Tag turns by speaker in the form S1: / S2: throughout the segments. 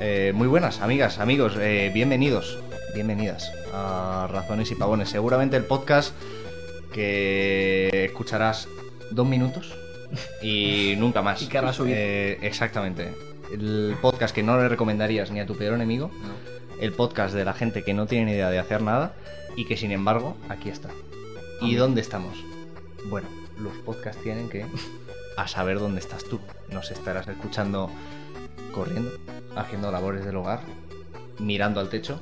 S1: Eh, muy buenas, amigas, amigos, eh, bienvenidos, bienvenidas a Razones y Pavones. Seguramente el podcast que escucharás dos minutos y nunca más.
S2: Y que hará subir.
S1: Eh, exactamente. El podcast que no le recomendarías ni a tu peor enemigo. El podcast de la gente que no tiene ni idea de hacer nada y que sin embargo aquí está. ¿Y dónde estamos? Bueno, los podcasts tienen que a saber dónde estás tú. Nos estarás escuchando corriendo, haciendo labores del hogar, mirando al techo.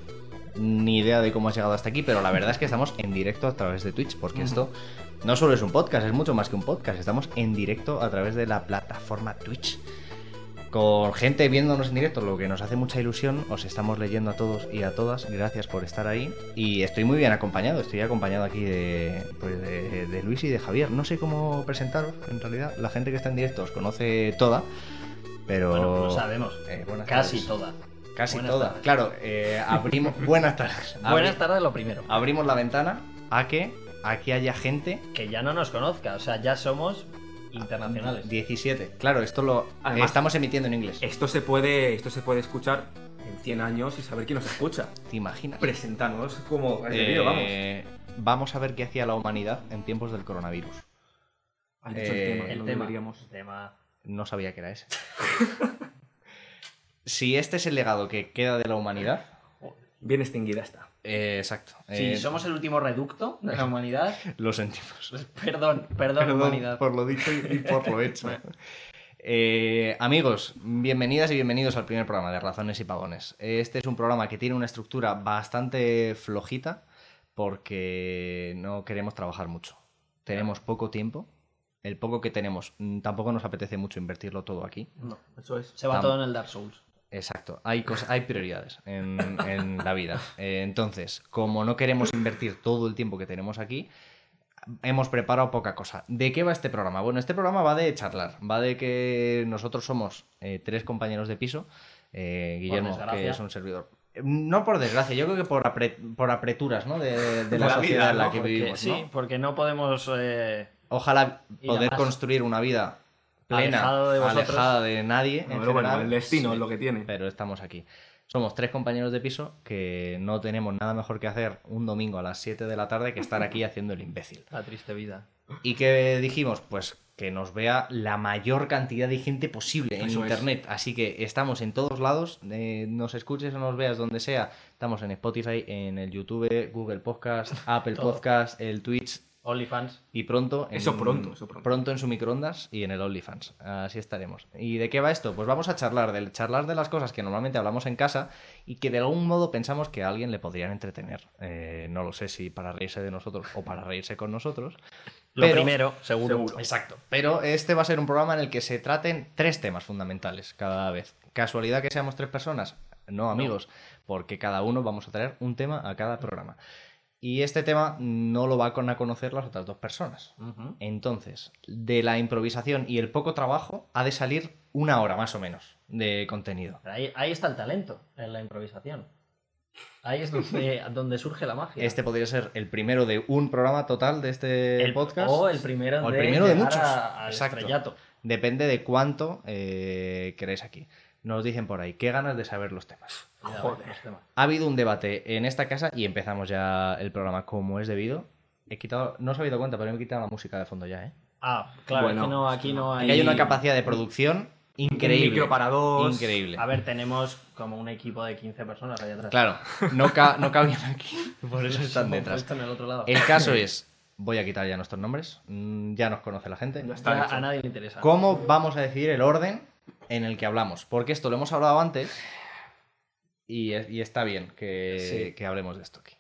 S1: Ni idea de cómo has llegado hasta aquí, pero la verdad es que estamos en directo a través de Twitch, porque esto no solo es un podcast, es mucho más que un podcast. Estamos en directo a través de la plataforma Twitch. Con gente viéndonos en directo, lo que nos hace mucha ilusión. Os estamos leyendo a todos y a todas. Gracias por estar ahí. Y estoy muy bien acompañado. Estoy acompañado aquí de, pues de, de Luis y de Javier. No sé cómo presentaros, en realidad. La gente que está en directo os conoce toda. Pero.
S2: Bueno, pues lo sabemos.
S1: Eh, buenas
S2: Casi
S1: tardes.
S2: toda.
S1: Casi
S2: Buenas
S1: toda.
S2: tardes.
S1: Claro, eh, abrimos. Buenas tardes. Abri-
S2: Buenas tardes, lo primero.
S1: Abrimos la ventana a que aquí haya gente.
S2: Que ya no nos conozca, o sea, ya somos internacionales. eh,
S1: 17. Claro, esto lo
S3: Además-
S1: estamos emitiendo en inglés.
S3: Esto se puede, esto se puede escuchar en 100 años y saber quién nos escucha.
S1: ¿Te imaginas?
S3: Preséntanos como has
S1: Eh,
S3: debido, vamos.
S1: vamos a ver qué hacía la humanidad en tiempos del coronavirus.
S3: Han dicho el
S1: eh,
S3: tema,
S2: el
S3: no
S2: tema.
S3: deberíamos.
S2: El tema.
S1: No sabía que era ese. si este es el legado que queda de la humanidad.
S3: Bien extinguida está.
S1: eh, exacto.
S2: Si
S1: eh,
S2: somos el último reducto de la humanidad,
S1: Lo sentimos.
S2: pues perdón, perdón,
S1: Perdón
S2: humanidad.
S1: por lo dicho y y por lo hecho. Eh, amigos, bienvenidas y bienvenidos al primer programa de Razones y Pavones. Este es un programa que tiene una estructura bastante flojita porque no queremos trabajar mucho. Tenemos poco tiempo. El poco que tenemos mm, tampoco nos apetece mucho invertirlo todo aquí.
S2: No,
S3: Eso es.
S2: se va
S1: Tam-
S2: todo en el Dark Souls.
S1: Exacto, hay, cosas, hay prioridades en, en la vida. Eh, entonces, como no queremos invertir todo el tiempo que tenemos aquí, hemos preparado poca cosa. ¿De qué va este programa? Bueno, este programa va de charlar, va de que nosotros somos eh, tres compañeros de piso, eh, Guillermo,
S2: desgracia.
S1: que es un servidor. No por desgracia, yo creo que por, apre- por apreturas ¿no? de, de
S3: De
S1: la,
S3: la
S1: sociedad
S3: vida,
S1: en la
S3: ¿no?
S1: que
S3: Porque
S1: vivimos.
S2: sí,
S1: ¿no?
S2: porque no podemos. eh,
S1: Ojalá
S2: Y
S1: poder
S2: además-
S1: construir una vida plena,
S2: Alejado de vosotros.
S1: alejada de nadie. en
S3: Pero bueno,
S1: general.
S3: el destino
S1: Sí
S3: es lo que tiene.
S1: pero estamos aquí. Somos tres compañeros de piso que no tenemos nada mejor que hacer un domingo a las 7 de la tarde que estar aquí haciendo el imbécil.
S2: la triste vida.
S1: Y que dijimos, pues que nos vea la mayor cantidad de gente posible en
S3: Eso es.
S1: internet. Así que estamos en todos lados, eh, nos escuches o nos veas donde sea. Estamos en Spotify, en el YouTube, Google Podcast, Apple
S2: Todo.
S1: Podcast, el Twitch
S2: OnlyFans.
S1: y pronto. en-
S3: Eso pronto, eso pronto.
S1: en su microondas y en el OnlyFans. Así estaremos. ¿Y de qué va esto? Pues vamos a charlar, de, charlar de las cosas que normalmente hablamos en casa y que de algún modo pensamos que a alguien le podrían entretener. Eh, no lo sé si para reírse de nosotros o para reírse con nosotros.
S2: Lo
S1: Pero-
S2: primero, seguro.
S3: Seguro.
S1: Exacto. Pero este va a ser un programa en el que se traten tres temas fundamentales cada vez. ¿Casualidad que seamos tres personas? No, amigos, porque cada uno vamos a traer un tema a cada programa. Y este tema no lo van a conocer las otras dos personas.
S2: Ujú.
S1: Entonces, de la improvisación y el poco trabajo ha de salir una hora más o menos de contenido.
S2: Pero ahí, ahí está el talento, en la improvisación. Ahí es donde, donde surge la magia.
S1: Este podría ser el primero de un programa total de este
S2: El-
S1: podcast.
S2: O el primero
S1: O el
S2: de,
S1: primero de
S2: llegar
S1: muchos.
S2: a- al
S1: Exacto.
S2: estrellato.
S1: Depende de cuánto eh, queréis aquí. Nos dicen por ahí, qué ganas de saber los temas.
S2: Ya,
S3: Joder.
S2: los temas.
S1: Ha habido un debate en esta casa y empezamos ya el programa como es debido. He quitado, no os habéis dado cuenta, pero me he quitado la música de fondo ya, ¿eh?
S2: Ah, claro,
S3: Bueno,
S2: es que no, aquí no hay...
S1: Aquí hay una capacidad de producción increíble.
S3: Un micro para dos.
S1: Increíble.
S2: A ver, tenemos como un equipo de 15 personas ahí atrás.
S1: Claro, no, ca- no cabían aquí, por eso están
S2: Como
S1: detrás.
S2: puesto en el otro lado.
S1: El caso es, voy a quitar ya nuestros nombres, mm, ya nos conoce la gente.
S3: Ya está.
S2: Ya
S3: hecho.
S2: a nadie le interesa.
S1: ¿Cómo vamos a decidir el orden en el que hablamos? Porque esto lo hemos hablado antes y, es- y está bien que,
S3: Sí.
S1: que hablemos de esto aquí.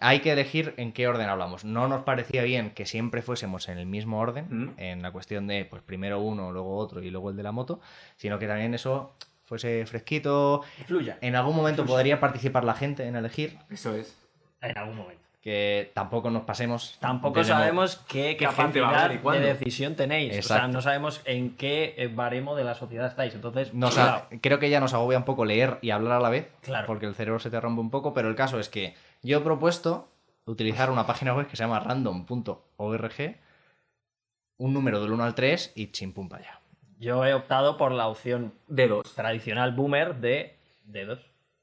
S1: Hay que elegir en qué orden hablamos. No nos parecía bien que siempre fuésemos en el mismo orden,
S3: Mm.
S1: en la cuestión de pues primero uno, luego otro y luego el de la moto, sino que también eso fuese fresquito.
S2: Fluya.
S1: En algún momento podría participar la gente en elegir,
S3: Eso es.
S2: En algún momento.
S1: que tampoco nos pasemos.
S2: Tampoco
S1: de demo-
S2: sabemos qué,
S3: ¿Qué gente va a
S2: capacidad
S3: ver y
S2: de
S3: cuándo?
S2: decisión tenéis. O sea,
S1: Exacto.
S2: no sabemos en qué eh, baremo de la sociedad estáis. Entonces,
S1: Nos
S2: cuidado.
S1: a- creo que ya nos agobia un poco leer y hablar a la vez,
S2: Claro.
S1: porque el cerebro se te rompe un poco, pero el caso es que yo he propuesto utilizar una página web que se llama random.org, un número del 1 al 3 y chimpum para allá.
S2: yo he optado por la opción
S3: De dos.
S2: tradicional boomer de dedos.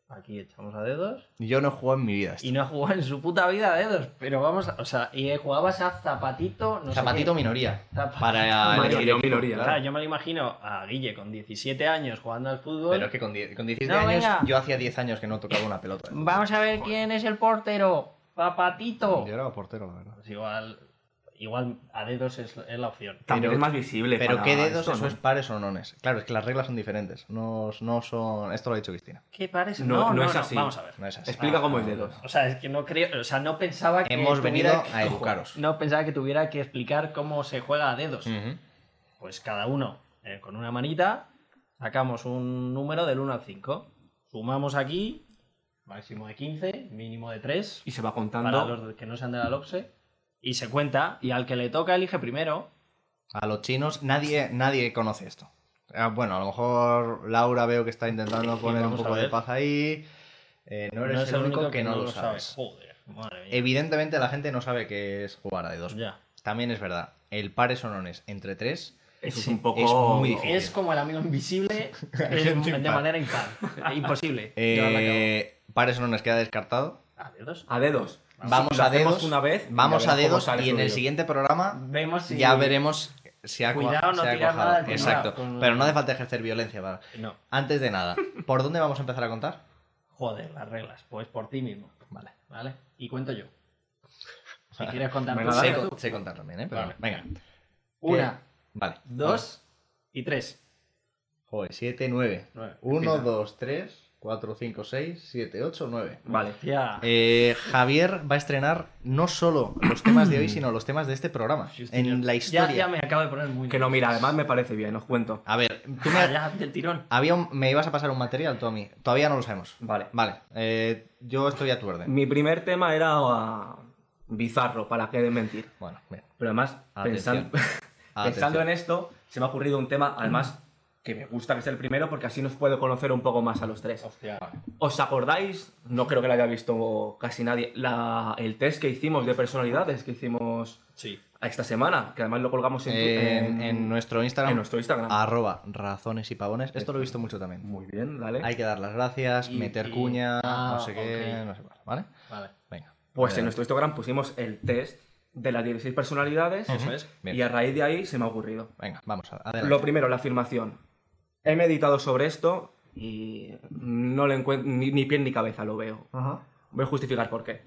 S2: Aquí echamos a dedos.
S1: Yo no he jugado en mi vida. a esto.
S2: Y no ha jugado en su puta vida a dedos. Pero vamos, a- o sea, y eh, jugabas a zapatito, no sé
S1: Zapatito
S2: qué.
S1: minoría.
S2: Zapatito
S1: Para
S2: mayor.
S3: Mayoría o minoría,
S2: Claro,
S3: claro.
S2: yo me lo imagino a Guille con 17 años jugando al fútbol.
S1: Pero es que con, die- con 17
S2: No,
S1: años,
S2: venga.
S1: yo hacía 10 años que no tocaba una pelota.
S2: Vamos a ver quién es el portero. Zapatito.
S1: Yo era portero, la verdad.
S2: Pues igual, igual a dedos es, es la opción.
S3: También
S1: Pero-
S3: es más visible.
S1: Pero
S3: para
S1: ¿qué dedos?
S3: esto,
S1: Eso
S3: ¿no?
S1: es pares o nones. Claro, es que las reglas son diferentes. No, no son... Esto lo ha dicho Cristina.
S2: ¿Qué parece?
S3: No,
S2: No, no,
S3: no
S2: no,
S3: es así.
S2: Vamos a ver.
S1: No es así.
S2: Ah.
S3: Explica cómo es dedos.
S2: O sea, es que no creo, o sea, no pensaba que
S1: Hemos
S2: tuviera
S1: venido
S2: que-
S1: a educaros. Mm.
S2: No pensaba que tuviera que explicar cómo se juega a dedos.
S1: Ujú.
S2: Pues cada uno eh, con una manita sacamos un número del 1 al 5. Sumamos aquí máximo de 15, mínimo de 3
S3: Y se va
S2: para
S3: contando.
S2: los que no sean de la LOPSE y se cuenta y al que le toca elige primero.
S1: A los chinos nadie, nadie conoce esto. Ah, Bueno, a lo mejor Laura veo que está intentando poner un
S2: vamos a
S1: poco de
S2: ver.
S1: paz ahí. Eh, no eres
S2: No
S1: el único que, no lo
S2: sabe.
S1: sabes.
S2: Joder, madre mía.
S1: Evidentemente la gente no sabe qué es jugar a dedos.
S2: Ya.
S1: También es verdad, el pares o nones entre tres
S3: Eso es
S2: Sí,
S3: un poco.
S1: es muy difícil.
S2: Es como el amigo invisible es
S1: Gente
S2: de
S1: impar.
S2: manera impar. Imposible. llevarla a cabo.
S1: Eh, pares o nones queda descartado.
S2: ¿A dedos?
S3: A dedos.
S1: Vamos
S3: Lo
S1: a
S3: hacemos
S1: dedos.
S3: una vez,
S1: vamos
S3: ya
S1: a
S3: verás cómo
S1: dedos
S3: sale
S1: y en el
S3: fluido.
S1: siguiente programa
S2: Vemos si...
S1: ya veremos si ha cua-
S2: Cuidado, no
S1: se ha
S2: tirar
S1: cuajado.
S2: nada del primero.
S1: Exacto.
S2: Con-
S1: Pero no hace falta ejercer violencia. para-
S2: No,
S1: Antes de nada, ¿por dónde vamos a empezar a contar?
S2: joder, las reglas. Pues por ti mismo,
S1: Vale.
S2: ¿vale? Y cuento yo. Si quieres contar
S3: Venga,
S2: tú,
S1: Sé,
S3: dale.
S2: cuenta tú.
S1: co- sé contar también, ¿eh? Pero
S2: Vale.
S1: Venga.
S2: Una,
S1: Vale.
S2: dos y tres.
S1: Joder, 7, 9.
S2: Nueve.
S1: 1, 2, 3, 4, 5, 6, 7, 8, 9.
S3: Vale.
S2: Ya.
S1: Eh, Javier va a estrenar no solo los temas de hoy, sino los temas de este programa.
S2: Sí, señor.
S1: En la
S2: Ya,
S1: historia.
S2: ya me acabo de poner muy...
S3: Que no, mira, además me parece bien, os cuento.
S1: A ver, tú
S2: nervioso.
S1: me,
S2: Ya, del tirón.
S1: había un- me ibas a pasar un material, tú a mí. Todavía no lo sabemos.
S3: Vale.
S1: Vale, eh, yo estoy a tu orden.
S3: Mi primer tema era ah, bizarro, para qué mentir.
S1: Bueno, bien.
S3: Pero además,
S1: Atención.
S3: pensan- pensando en esto, se me ha ocurrido un tema, además, que me gusta que sea el primero, porque así nos puedo conocer un poco más a los tres.
S2: Hostia.
S3: ¿Os acordáis? No creo que lo haya visto casi nadie. la- el test que hicimos de personalidades que hicimos
S2: Sí.
S3: esta semana, que además lo colgamos en, tu-
S1: Eh, En,
S3: en-
S1: en nuestro Instagram, Ah.
S3: en nuestro Instagram.
S1: arroba razones y pavones. Esto lo he visto mucho también.
S3: Muy bien, dale.
S1: Hay que dar las gracias,
S2: Y-
S1: meter
S2: y-
S1: cuña,
S2: ah,
S1: no sé qué,
S2: ok.
S1: no sé cuál, ¿vale?
S2: Vale.
S1: Venga. Vale,
S3: Pues en
S1: vale.
S3: nuestro Instagram pusimos el test de las 16 personalidades
S2: Eso es.
S1: Bien.
S3: y a raíz de ahí se me ha ocurrido.
S1: Venga, vamos, a- adelante.
S3: Lo primero, la afirmación. He meditado sobre esto y no le encuentro ni, ni pie ni cabeza, lo veo. Voy a justificar por qué.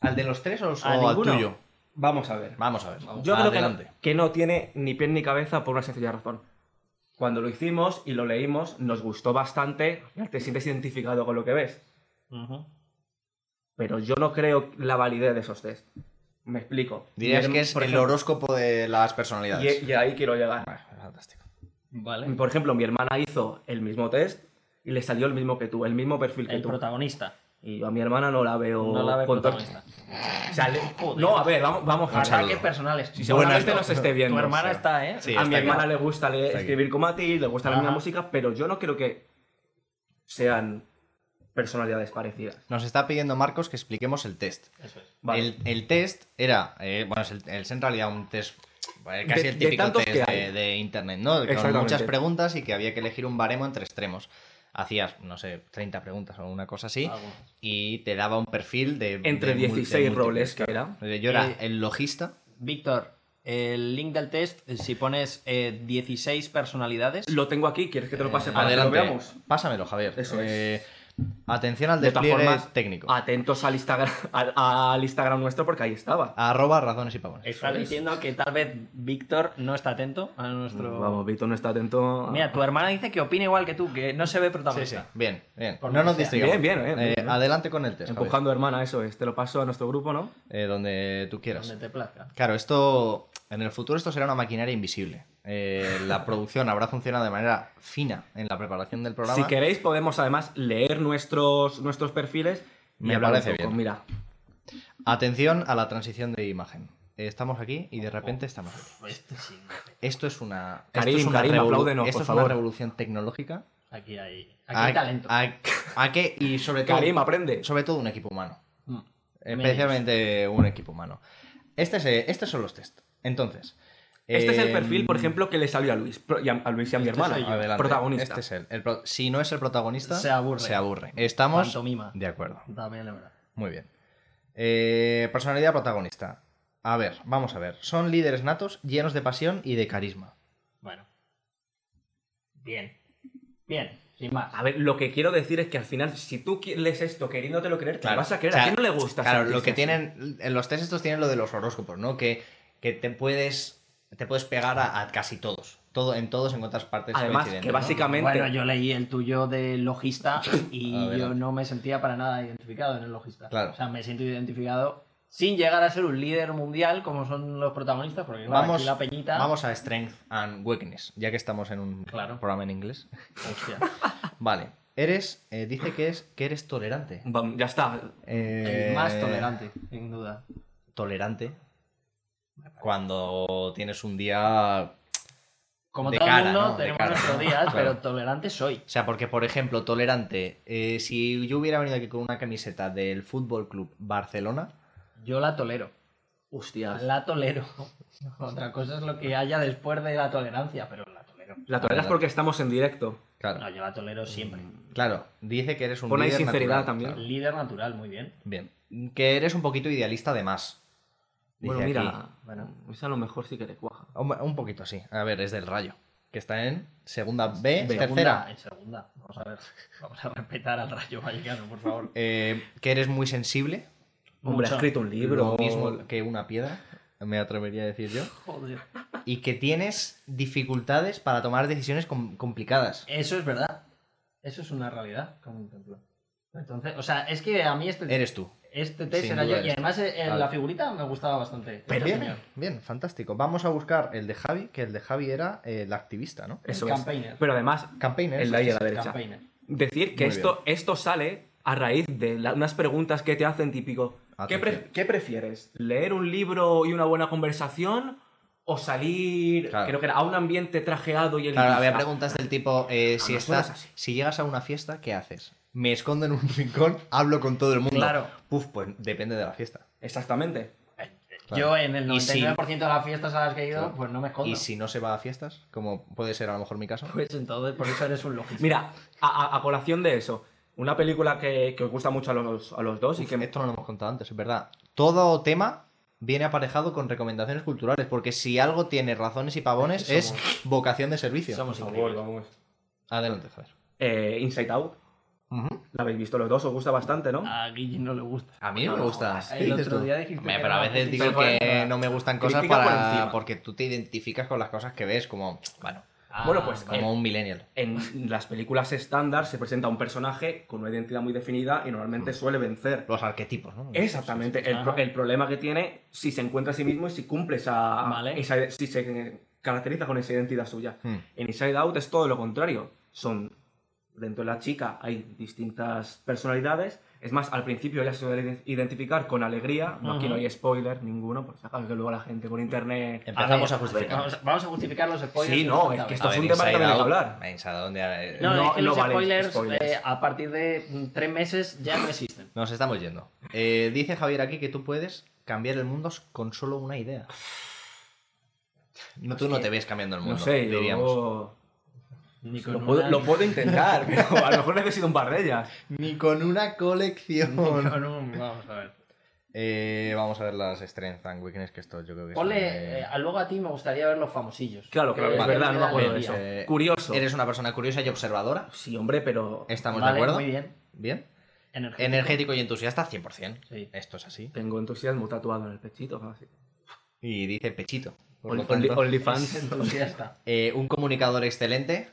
S1: ¿Al de los tres o,
S2: A
S1: o al
S2: ninguno.
S1: tuyo?
S3: Vamos a ver.
S1: Vamos a ver.
S3: Yo creo que no,
S1: adelante.
S3: que no tiene ni pie ni cabeza por una sencilla razón. Cuando lo hicimos y lo leímos, nos gustó bastante. Te sientes identificado con lo que ves.
S2: Ujú.
S3: Pero yo no creo la validez de esos test. Me explico.
S1: Dirías
S3: Mi herma-
S1: que es
S3: por
S1: el
S3: ejemplo-
S1: horóscopo de las personalidades.
S3: Y, y ahí quiero llegar.
S1: Vale, fantástico.
S2: Vale.
S3: Por ejemplo, mi hermana hizo el mismo test y le salió el mismo que tú, el mismo perfil que
S2: El
S3: tú.
S2: protagonista.
S3: Y yo a mi hermana no la veo
S2: No la ve
S3: con tor-
S2: protagonista.
S3: O sea, le-
S2: Joder.
S3: No, a ver, vamos, vamos a
S1: Un saludo.
S2: Ataques personales.
S3: Ah, Si seguramente
S1: Buenas-
S3: nos esté
S2: Tu
S3: viendo.
S2: hermana
S3: o sea.
S2: está, ¿eh?
S1: Sí,
S3: a
S1: está
S3: mi
S1: aquí.
S3: hermana le gusta leer-
S1: Está aquí.
S3: escribir como a ti, le gusta la
S2: Ajá.
S3: misma música, pero yo no creo que sean personalidades parecidas.
S1: Nos está pidiendo Marcos que expliquemos el test.
S2: Eso es.
S3: Vale.
S1: El, el test era, eh, bueno, es el, es en realidad un test, eh, casi
S3: De-
S1: el
S3: de
S1: típico
S3: tantos
S1: test
S3: que hay.
S1: de, de internet, ¿no? Con
S3: Exactamente.
S1: muchas preguntas y que había que elegir un baremo entre extremos. Hacías, no sé, 30 preguntas o una cosa así
S2: Algo.
S1: y te daba un perfil de...
S3: Entre
S1: de mul- de
S3: 16
S1: múltiples.
S3: roles que era.
S1: Eh, Yo era
S2: Eh,
S1: el logista.
S2: Víctor, el link del test, si pones eh, 16 personalidades,
S3: Lo tengo aquí, ¿quieres que te lo pase para
S1: Adelante.
S3: que lo veamos?
S1: Pásamelo, Javier.
S3: Eso es.
S1: Eh, atención al
S3: De todas
S1: despliegue
S3: formas,
S1: técnico.
S3: Atentos al Instagram, al, al Instagram nuestro porque ahí estaba.
S1: Arroba razones y pavones.
S2: estás
S3: es.
S2: diciendo que tal vez Víctor no está atento a nuestro...
S3: Mm, Vamos, Víctor no está atento. a-
S2: Mira, tu hermana dice que opina igual que tú, que no se ve
S1: Sí, sí.
S2: protagonista.
S1: Bien, bien.
S2: Por
S1: No
S2: lo
S1: nos
S2: que sea.
S1: distraigamos.
S3: Bien, bien, bien,
S1: Eh,
S3: bien, bien.
S1: Adelante con el test. Javier.
S3: Empujando hermana, eso es. Te lo paso a nuestro grupo, ¿no?
S1: Eh, donde tú quieras.
S2: Donde te plazca.
S1: Claro, esto en el futuro esto será una maquinaria invisible. Eh, la producción habrá funcionado de manera fina en la preparación del programa.
S3: Si queréis, podemos además leer nuestros, nuestros perfiles. y
S1: Me
S3: hablar un
S1: parece
S3: poco.
S1: bien.
S3: Mira,
S1: Atención a la transición de imagen. Eh, Estamos aquí y de repente estamos aquí.
S2: Pues Esto sí, no sé.
S1: Esto es una,
S3: Karim,
S1: esto es una,
S3: Karim, apláudenos,
S1: esto
S3: por
S1: es una
S3: favor.
S1: revolución tecnológica.
S2: Aquí hay, aquí hay
S1: A-
S2: talento.
S1: a- a que- y sobre todo,
S3: Karim, aprende.
S1: sobre todo un equipo humano.
S2: Mm.
S1: Especialmente un equipo humano. Este es, eh, estos son los test. Entonces,
S3: Este es el
S1: Eh,
S3: perfil, por ejemplo, que le salió a Luis pro- y a, a Luis y a mi
S2: Este
S3: hermana.
S2: soy yo.
S1: Adelante.
S3: Protagonista.
S4: Este es él.
S1: El pro- si no es el protagonista,
S2: Se aburre.
S1: se aburre. Estamos
S2: Pantomima.
S1: de acuerdo.
S2: También es verdad.
S1: Muy bien. Eh, personalidad protagonista. A ver, vamos a ver. Son líderes natos llenos de pasión y de carisma.
S2: Bueno. Bien. Bien. Sin más.
S3: A ver, lo que quiero decir es que al final, si tú qui- lees esto queriéndotelo creer, te lo vas a creer.
S1: O sea,
S3: ¿A quién no le gusta?
S1: Claro,
S3: sentirse
S1: lo que
S3: así?
S1: tienen. En los test estos tienen lo de los horóscopos, ¿no? Que, que te puedes. Te puedes pegar a, a casi todos. Todo, en todos encuentras partes
S3: Además,
S1: coincidentes,
S3: que
S1: ¿no?
S3: básicamente.
S2: Bueno, yo leí el tuyo de logista y
S1: Adelante.
S2: yo no me sentía para nada identificado en el logista.
S1: Claro.
S2: O sea, me siento identificado sin llegar a ser un líder mundial como son los protagonistas, porque claro,
S1: Vamos,
S2: aquí la peñita.
S1: vamos a Strength and Weakness, ya que estamos en un
S2: Claro.
S1: programa en inglés.
S2: Hostia.
S1: Vale. Eres. eh, dice que es que eres tolerante.
S3: Vam, Ya está.
S1: Eh,
S2: El más tolerante, sin duda.
S1: Tolerante. Cuando tienes un día.
S2: Como
S1: De
S2: todo
S1: cara,
S2: el mundo,
S1: ¿no? De
S2: tenemos
S1: cara.
S2: nuestros días,
S1: Claro.
S2: pero tolerante soy.
S1: O sea, porque, por ejemplo, tolerante. eh, si yo hubiera venido aquí con una camiseta del Fútbol Club Barcelona,
S2: Yo la tolero.
S3: Hostias.
S2: La tolero. Otra cosa es lo que haya después de la tolerancia, pero la tolero.
S3: La toleras
S1: Adelante.
S3: porque estamos en directo.
S1: claro,
S2: No, yo la tolero siempre.
S1: claro, dice que eres un
S3: Pone ahí
S1: líder
S3: sinceridad
S1: natural,
S3: también.
S1: claro.
S2: Líder natural, muy bien.
S1: Bien. Que eres un poquito idealista además.
S3: Bueno,
S1: Dice
S3: mira,
S1: aquí.
S3: bueno, esa a lo mejor sí que le cuaja.
S1: Un, un poquito así. A ver, es del Rayo, que está en segunda B,
S2: En
S1: tercera.
S2: segunda- En segunda. Vamos a ver. Vamos a respetar al Rayo Vallecano, por favor.
S1: Eh, que eres muy sensible,
S3: Hombre,
S2: Mucho.
S3: ha escrito un
S1: lo
S3: libro.
S1: mismo que una piedra, me atrevería a decir yo.
S2: Joder.
S1: Y que tienes dificultades para tomar decisiones com- complicadas.
S2: Eso es verdad. Eso es una realidad, como un templo. Entonces, o sea, es que a mí este,
S1: Eres tú.
S2: este test
S1: sin
S2: era
S1: duda
S2: yo. Y
S1: eres tú.
S2: además eh, eh,
S1: Vale.
S2: la figurita me gustaba bastante. Este Pero
S1: bien, bien, fantástico. Vamos a buscar el de Javi, que el de Javi era eh, el activista, ¿no?
S3: Eso es.
S2: campaigner.
S3: Pero además,
S1: Campaigner.
S3: el de ahí a la
S1: hostia.
S3: derecha.
S2: Campaigner.
S3: Decir que
S1: Muy
S3: esto, esto sale a raíz de la- unas preguntas que te hacen típico. ¿Qué, pre-
S1: Atención.
S3: qué prefieres? ¿Leer un libro y una buena conversación? ¿O salir,
S1: Claro.
S3: creo que era, a un ambiente trajeado y el
S1: Claro, había preguntas del tipo, eh, si,
S3: Ah, no
S1: estás,
S3: suenas así.
S1: si llegas a una fiesta, ¿qué haces? Me escondo en un rincón, hablo con todo el mundo.
S2: Claro.
S1: Puf, pues depende de la fiesta.
S3: Exactamente.
S1: Claro.
S2: Yo en el
S1: Y si-
S2: 99% de las fiestas a las que he ido,
S1: Claro.
S2: pues no me escondo.
S1: Y si no se va a fiestas, como puede ser a lo mejor mi caso.
S2: Pues entonces, por eso eres un logista.
S3: Mira, a, a- a colación de eso, una película que, que os gusta mucho a los, a los dos y
S1: Uf,
S3: que me...
S1: Esto no lo hemos contado antes, es verdad. Todo tema viene aparejado con recomendaciones culturales, porque si algo tiene razones y pavones es vocación de servicio.
S2: Somos increíbles.
S1: Adelante, Javier.
S3: Eh, Inside Out,
S1: Ujú.
S3: la habéis visto los dos, os gusta bastante, ¿no?
S1: Ah.
S2: A Guille no le gusta.
S1: A mí no me gusta.
S2: jodas,
S1: ¿Qué
S2: el
S1: dices
S2: otro
S1: tú?
S2: día dijiste
S1: Hombre,
S2: que
S1: pero
S2: era
S1: a
S2: una
S1: veces
S2: crítica
S1: digo
S2: por
S1: que
S2: encima.
S1: no me gustan cosas
S3: Crítica por
S1: para-
S3: encima.
S1: porque tú te identificas con las cosas que ves, como, bueno,
S2: Ah,
S3: Bueno, pues,
S1: como un millennial.
S3: En las películas estándar se presenta un personaje con una identidad muy definida y
S1: Mm.
S3: normalmente suele vencer.
S1: Los arquetipos, ¿no?
S3: Exactamente, el, pro-
S2: Ajá.
S3: el problema que tiene si se encuentra a sí mismo y si cumple esa,
S2: Vale.
S3: esa- si se caracteriza con esa identidad suya.
S1: Hmm.
S3: En Inside Out es todo lo contrario. Son dentro de la chica hay distintas personalidades. Es más, al principio ella se suele ide- identificar con alegría. No, Aquí no hay spoiler ninguno, pues acá que luego la gente por internet.
S1: Empezamos a,
S2: ver,
S1: justificar.
S2: Vamos, vamos a justificar los spoilers.
S3: Sí,
S2: y
S3: no,
S2: los
S3: es que
S2: fantasmas.
S3: esto es un tema que también hay que hablar.
S1: ¿A dónde?
S2: No,
S3: No,
S2: es que
S3: no
S2: los
S3: valen
S2: spoilers,
S3: spoilers.
S2: eh, a partir de mm, tres meses ya no existen.
S1: Nos estamos yendo. Eh, dice Javier aquí que tú puedes cambiar el mundo con solo una idea. No, tú no te ves cambiando el mundo,
S3: No sé, yo
S1: diríamos.
S3: lo, puedo, lo puedo intentar, pero a lo mejor necesito un par de ellas.
S1: Ni con una colección.
S2: vamos a ver.
S1: Eh, vamos a ver las Strength and Weakness, que esto yo creo que es
S2: Ponle,
S1: de-
S2: eh, a- luego a ti me gustaría ver los famosillos.
S3: Claro, claro,
S2: que
S1: es
S3: verdad, no me acuerdo
S2: da
S3: de
S2: el
S3: eso.
S2: día.
S1: Eh,
S3: Curioso.
S1: Eres una persona curiosa y observadora.
S3: Sí, hombre, pero
S1: ¿Estamos
S2: Vale,
S1: de acuerdo?
S2: muy bien.
S1: Bien.
S2: Energético.
S1: Energético y entusiasta, 100%.
S2: Sí.
S1: Esto es así.
S3: tengo entusiasmo tatuado en el pechito. así.
S1: Y dice pechito. por lo
S3: Only- only-
S1: tanto.
S2: Pues
S3: OnlyFans,
S2: Entusiasta.
S1: Eh, un comunicador excelente.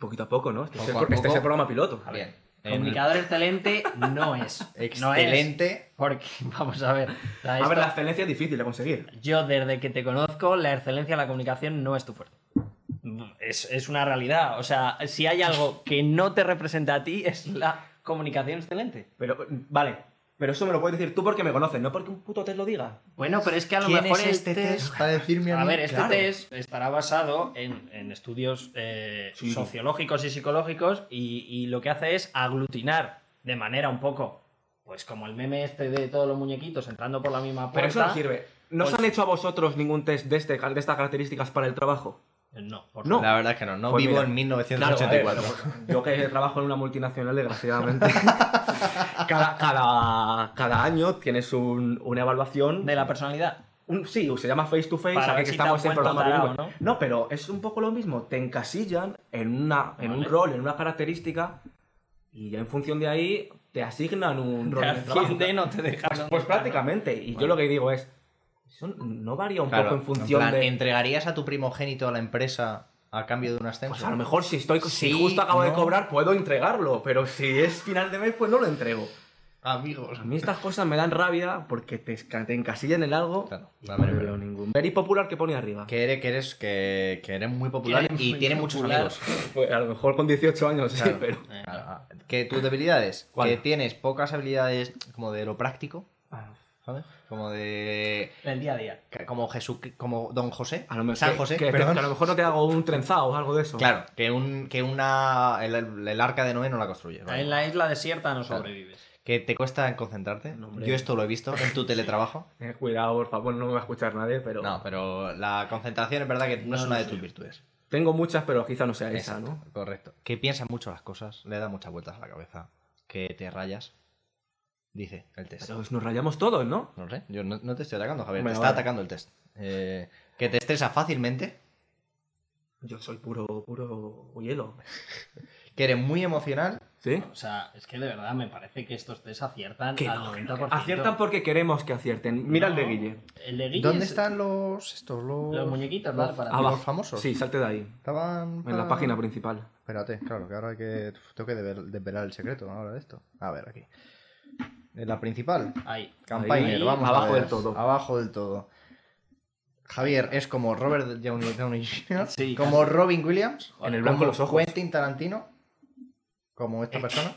S3: poquito a poco, ¿no? Este, es, el,
S1: Poco a
S3: pro- este es el
S1: poco.
S3: programa piloto.
S1: Bien. En-
S2: Comunicador excelente no es. No es.
S1: Excelente.
S2: Porque, vamos a ver. o sea,
S3: A ver,
S2: esto-
S3: la excelencia es difícil de conseguir.
S2: Yo, desde que te conozco, la excelencia en la comunicación no es tu fuerte. Es, es una realidad. O sea, si hay algo que no te representa a ti, es la comunicación excelente.
S3: Pero, vale, pero eso me lo puedes decir tú porque me conoces, no porque un puto te lo diga.
S2: Bueno, pero es que a lo
S1: ¿Quién
S2: mejor
S1: es
S2: el
S1: este test para decirme a
S2: A
S1: mí?
S2: ver, este
S1: Claro.
S2: test estará basado en, en estudios eh,
S3: Sí.
S2: sociológicos y psicológicos y, y lo que hace es aglutinar de manera un poco, pues como el meme este de todos los muñequitos entrando por la misma puerta.
S3: Pero eso no sirve. ¿No
S1: Pues
S3: os han hecho a vosotros ningún test de, este, de estas características para el trabajo?
S2: No, por
S3: No.
S1: La verdad es que no, no
S3: Pues
S1: vivo
S3: mira,
S1: en
S3: Claro, a
S1: 1984.
S3: ver, pero, pues, yo que trabajo en una multinacional, desgraciadamente, cada, cada, cada año tienes un- una evaluación.
S2: de la personalidad.
S3: un- sí, se llama face to face,
S2: Para
S3: ahora
S2: ver
S3: que
S2: si te
S3: estamos
S2: han
S3: en
S2: vuelto
S3: programa
S2: tarao,
S3: bilingüe.
S2: ¿no?
S3: ¿no? pero es un poco lo mismo. Te encasillan en, una, en un
S2: Vale.
S3: rol, en una característica, y ya en función de ahí te asignan un rol.
S2: Te
S3: en el trabajo.
S2: asciende, no te deja.
S3: Pues, pues prácticamente. Y yo lo que digo es. Eso no varía un
S1: Claro,
S3: poco en
S1: en
S3: función
S1: plan,
S3: de.
S1: ¿Entregarías a tu primogénito a la empresa a cambio de un ascenso?
S3: Pues a lo mejor si estoy si
S1: Sí,
S3: justo acabo de
S1: no.
S3: cobrar puedo entregarlo, pero si es final de mes pues no lo entrego.
S1: Amigos.
S3: Pues A mí estas cosas me dan rabia porque te, esca- te encasillan en algo.
S1: Claro,
S3: y
S1: vale,
S3: no
S1: vale.
S3: veo ningún. Very popular que pone arriba.
S1: Que eres, que eres, que, que eres muy popular
S2: Que eres
S1: y
S2: muy
S1: tienes muchos
S2: popular.
S1: amigos.
S3: Pues a lo mejor con 18 años, sí,
S1: Claro.
S3: pero.
S2: Eh,
S1: Ah, ah, Que tus debilidades,
S3: ¿Cuál?
S1: que tienes pocas habilidades como de lo práctico,
S3: Ah,
S1: ¿sabes? Como de...
S2: El día a día.
S1: Como Jesús, como Don José,
S3: A lo mejor,
S1: San
S3: que-
S1: José,
S3: que, que
S1: perdón.
S3: a lo mejor no te hago un trenzado o algo de eso.
S1: Claro, que, un, que una, el, el arca de Noé no la construyes. ¿vale?
S2: En la isla desierta no sobrevives.
S1: Que te cuesta concentrarte.
S3: No, hombre.
S1: Yo esto lo he visto en tu teletrabajo.
S3: Eh, cuidado, por favor, no me va a escuchar nadie, pero.
S1: No, pero la concentración es verdad que no, es
S2: No,
S1: una
S2: no
S1: de
S2: sé.
S1: tus virtudes.
S3: Tengo muchas, pero quizá no sea esa,
S1: Exacto,
S3: ¿no?
S1: Correcto. Que piensa mucho las cosas, le da muchas vueltas a la cabeza, que te rayas, dice el test.
S3: Pero nos rayamos todos, ¿no?
S1: No sé, yo no, no te estoy atacando, Javier,
S3: Bueno,
S1: te está
S3: vale.
S1: atacando el test. Eh, que te estresa fácilmente,
S3: Yo soy puro, puro hielo.
S1: que eres muy emocional.
S3: ¿Sí?
S2: O sea, es que de verdad me parece que estos test aciertan
S3: Que
S2: al
S3: no,
S2: 90%.
S3: Aciertan porque queremos que acierten. Mira
S2: No,
S3: el de Guille.
S2: El de Guille
S1: ¿Dónde
S2: es-
S1: están los estos los,
S2: Los muñequitos,
S1: los,
S2: ¿vale? Para-
S1: los
S3: Abajo.
S1: famosos?
S3: Sí, salte de ahí.
S1: Estaban
S3: En la
S2: Ah.
S1: para-
S3: página principal.
S1: Espérate, claro, que ahora hay que uf, tengo que devel- desvelar el secreto ahora de esto. A ver aquí. En la principal,
S2: Ahí.
S1: Campaigner,
S2: Ahí,
S1: vamos a
S3: abajo
S1: ver. Ah.
S3: del todo.
S1: Abajo del todo. Javier es como Robert Downey Downey Jr.,
S2: Sí,
S1: como Robin Williams,
S3: En el blanco
S1: como
S3: los ojos.
S1: Quentin Tarantino, como
S2: Eh,
S1: esta persona.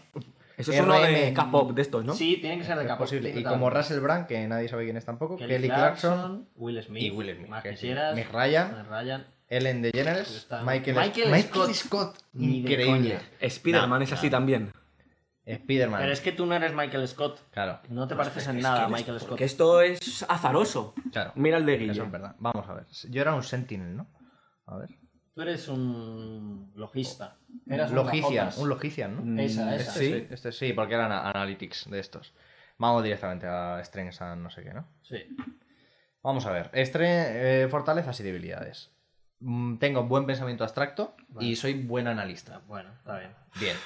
S3: Eso es uno de
S1: RM.
S3: K-pop de estos, ¿no?
S2: Sí, tiene que ser de
S1: es
S2: capa.
S1: posible. Y como Russell Brand, que nadie sabe quién es tampoco,
S2: pues, Kelly,
S1: Kelly, Clarkson,
S2: Will Smith.
S1: y Will Smith.
S2: Más
S1: que sí.
S2: quisieras.
S1: Mick Ryan,
S2: Matt Ryan.
S1: Ellen DeGeneres,
S2: Está-
S1: Michael,
S2: Michael Scott. Ni de
S1: increíble.
S2: coña.
S3: Spider-Man es así también.
S1: Spiderman.
S2: Pero es que tú no eres Michael Scott.
S1: Claro,
S2: No te pareces en nada a Michael Scott.
S3: Porque esto es azaroso.
S1: claro.
S3: Mira el de
S1: Eso es
S3: Guille.
S1: verdad. Vamos a ver. Yo era un Sentinel, ¿no? A ver.
S2: Tú eres un logista. Eras un
S1: Logician,
S2: bajotas.
S1: un Logician, ¿no?
S3: Mm,
S2: Esa, esa.
S1: Este
S3: Sí.
S1: sí, este sí, porque eran a- analytics de estos. Vamos directamente a strengths and no sé qué, ¿no?
S2: Sí.
S1: Vamos a ver, estre- eh, fortalezas y debilidades. Mm, tengo buen pensamiento abstracto y
S2: Vale.
S1: soy buen analista.
S2: Bueno, está bien.
S1: Bien,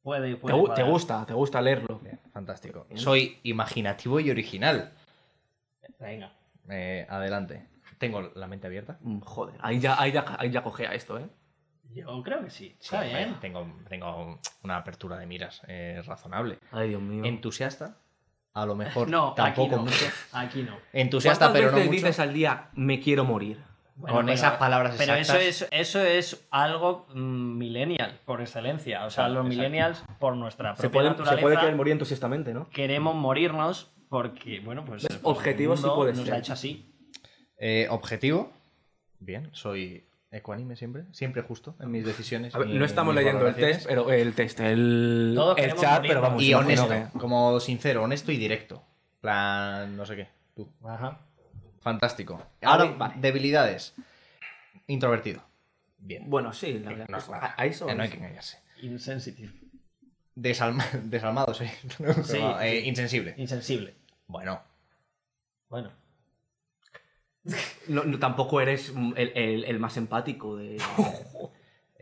S2: Puede,
S3: Te,
S2: puede.
S3: gu- te
S2: cuadrar.
S3: gusta, te gusta leerlo.
S1: bien, fantástico. Soy imaginativo y original.
S2: Venga.
S1: Eh, adelante. Tengo la mente abierta.
S3: Mm, Joder, ahí ya, ahí ya, ahí ya cogea esto, ¿eh?
S2: Yo creo que sí. Está
S1: hombre,
S2: bien.
S1: Tengo, tengo una apertura de miras eh, razonable.
S3: Ay, Dios mío.
S1: Entusiasta, a lo mejor
S2: No,
S1: tampoco
S2: aquí no.
S1: mucho.
S2: Aquí no.
S1: Entusiasta, Pues pero no
S3: veces
S1: mucho.
S3: dices al día, me quiero morir?
S2: Bueno,
S1: Con
S2: pero-
S1: esas palabras
S2: Pero eso
S1: exactas.
S2: es, eso es algo mm, millennial, por excelencia. O sea,
S1: Claro,
S2: los
S1: exacto.
S2: millennials, por nuestra propia
S3: Se puede, se
S2: naturaleza,
S3: puede querer morir entusiastamente, ¿no?
S2: queremos morirnos porque, bueno, pues... pues,
S3: Objetivo
S2: el
S3: sí
S2: mundo
S3: puede
S2: nos
S3: ser.
S2: ha hecho así.
S1: Eh, objetivo. Bien, soy ecuánime siempre, siempre justo en mis decisiones.
S3: A ver,
S1: y
S3: no
S1: en
S3: estamos
S1: mis
S3: leyendo el
S1: valoraciones.
S3: test, pero el test, el,
S2: Todos
S3: el
S2: queremos
S3: chat,
S2: morir,
S3: pero
S2: ¿no?
S3: vamos.
S1: Y
S3: imagino
S1: honesto, como sincero, honesto y directo. Plan, no sé qué. Tú.
S2: Ajá.
S1: Fantástico.
S3: A
S1: Ahora,
S3: ver, vale.
S1: debilidades. Introvertido.
S3: que-
S1: Bien.
S3: Bueno, sí, la verdad.
S1: No,
S3: pues, a- a eso
S1: eh, no hay
S3: es.
S1: que engañarse.
S2: Insensitive.
S1: Desalma- desalmado, sí.
S2: Sí,
S1: Eh,
S2: sí.
S1: Insensible.
S2: Insensible.
S1: Bueno,
S2: Bueno.
S3: No- no, tampoco eres mm, el, el- el más empático de...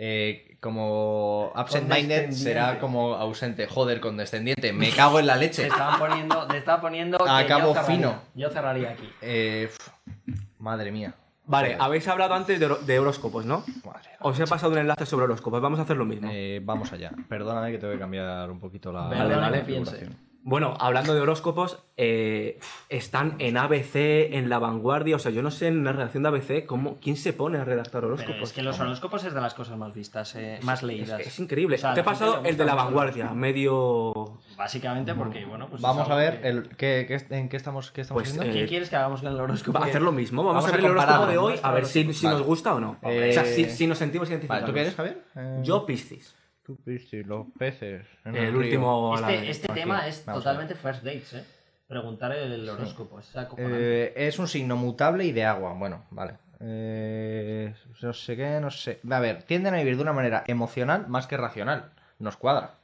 S1: Eh, como absent-minded será
S2: Condescendiente.
S1: como ausente. Joder, condescendiente. Me cago en la
S2: Te
S1: leche.
S2: estaban poniendo... Te estaba poniendo... que
S1: Acabo
S2: yo cerraría.
S1: fino.
S2: Yo cerraría aquí.
S1: Eh, pf, madre mía.
S3: Vale,
S1: Joder,
S3: habéis hablado antes de, hor- de horóscopos, ¿no?
S1: madre.
S3: Os he pasado un enlace sobre horóscopos, vamos a hacer lo mismo.
S1: Eh, vamos allá. Perdóname que tengo que cambiar un poquito la.
S2: Perdona
S1: la
S3: vale,
S2: que piense.
S1: configuración.
S3: Bueno, hablando de horóscopos, eh, están en ABC, en La Vanguardia, o sea, yo no sé en la redacción de ABC cómo, quién se pone a redactar horóscopos.
S2: Pero es que los horóscopos es de las cosas más vistas, eh, más
S3: Es,
S2: leídas.
S3: es increíble.
S2: O sea,
S3: Te
S2: a
S3: he
S2: la gente le
S3: pasado el de La
S2: gustan mucho
S3: Vanguardia, medio...
S2: los- Básicamente porque, bueno, pues... es
S1: Vamos a
S2: algo
S1: ver
S2: que-
S1: el, ¿qué, qué- en qué estamos, qué estamos
S3: Pues,
S1: haciendo.
S2: ¿Qué
S3: eh,
S2: quieres que hagamos con el horóscopo?
S3: Va a hacer lo mismo, vamos,
S1: Vamos a
S3: a ver el horóscopo
S1: compararlo,
S3: de
S1: ¿no?
S3: hoy, a ver si, si
S1: Vale.
S3: nos gusta o no.
S1: Eh,
S3: O sea, si, si nos sentimos identificados.
S1: Vale, ¿Tú qué eres, Javier? Eh,
S3: Yo, Piscis.
S1: Tú, Pisti, los peces. en
S3: El
S1: río.
S3: último... a la
S2: Este,
S3: vez.
S2: este
S1: Aquí,
S2: tema es
S1: vamos a
S2: totalmente first dates, ¿eh? preguntar el horóscopo. Es acojonante.
S1: Eh, es un signo mutable y de agua. Bueno, vale. Eh, no sé qué, no sé. A ver, tienden a vivir de una manera emocional más que racional. Nos cuadra.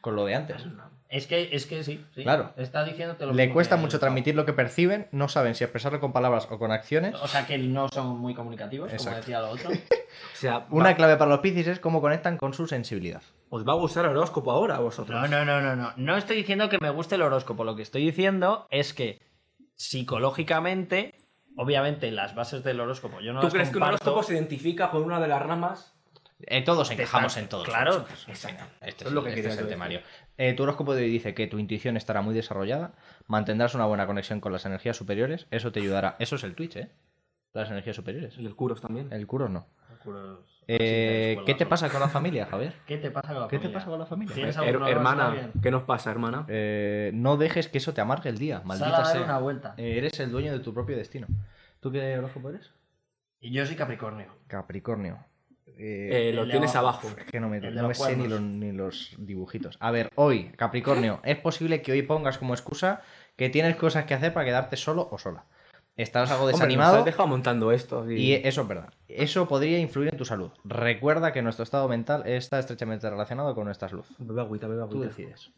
S1: Con lo de antes.
S2: es que, es que sí, sí.
S1: Claro.
S2: Está diciéndote lo
S1: Le
S2: mismo
S1: cuesta
S2: que
S1: mucho
S2: el-
S1: transmitir lo que perciben, no saben si expresarlo con palabras o con acciones.
S2: O sea que no son muy comunicativos,
S1: Exacto.
S2: como decía lo otro.
S3: O sea,
S1: Una
S3: va-
S1: clave para los piscis es cómo conectan con su sensibilidad.
S3: os va a gustar el horóscopo ahora a vosotros.
S2: No, no, no, no, no. No estoy diciendo que me guste el horóscopo. Lo que estoy diciendo es que psicológicamente, obviamente, las bases del horóscopo yo no
S3: ¿Tú
S2: las
S3: crees que un
S2: comparto.
S3: horóscopo se identifica con una de las ramas?
S1: Eh, todos encajamos
S2: está-
S1: en todos.
S2: claro,
S1: Pues, pues, venga, Este
S3: Es
S1: es,
S3: lo que
S1: este
S3: quería
S1: es
S3: yo
S1: el
S3: decir.
S1: temario. Eh, tu horóscopo te dice que tu intuición estará muy desarrollada, mantendrás una buena conexión con las energías superiores, eso te ayudará. Eso es el Twitch, ¿eh? Las energías superiores.
S3: Y el Curos también.
S1: El curo no.
S2: Sí,
S1: Eh, ¿Qué
S2: te
S1: te
S2: descuelga,
S1: pasa con la familia, Javier?
S2: ¿no? ¿Qué te pasa con la
S1: ¿Qué te
S2: familia?
S1: pasa con la familia?
S2: ¿Tienes
S3: Her-
S2: alguno más
S3: hermana,
S2: también?
S3: ¿qué nos pasa, hermana?
S1: Eh, no dejes que eso te amargue el día,
S2: Sal a
S1: maldita
S2: dar
S1: sea.
S2: una vuelta.
S1: Eh, eres el dueño de tu propio destino. ¿Tú qué horóscopo eres?
S2: Y yo soy Capricornio.
S1: Capricornio. Eh, pues,
S3: Eh, lo
S2: el de
S3: tienes
S2: abajo.
S3: abajo.
S1: es que no me,
S2: el de
S1: no me
S2: los
S1: sé ni los,
S2: cuernos.
S1: ni los dibujitos. A ver, hoy, Capricornio, es posible que hoy pongas como excusa que tienes cosas que hacer para quedarte solo o sola. Estarás algo
S3: Hombre,
S1: desanimado.
S3: nos has dejado montando esto.
S1: Y eh,
S3: Y...
S1: eso es verdad. Eso podría influir en tu salud. Recuerda que nuestro estado mental está estrechamente relacionado con nuestra salud.
S3: Beba agüita, beba
S1: Tú
S3: agüita.
S1: decides.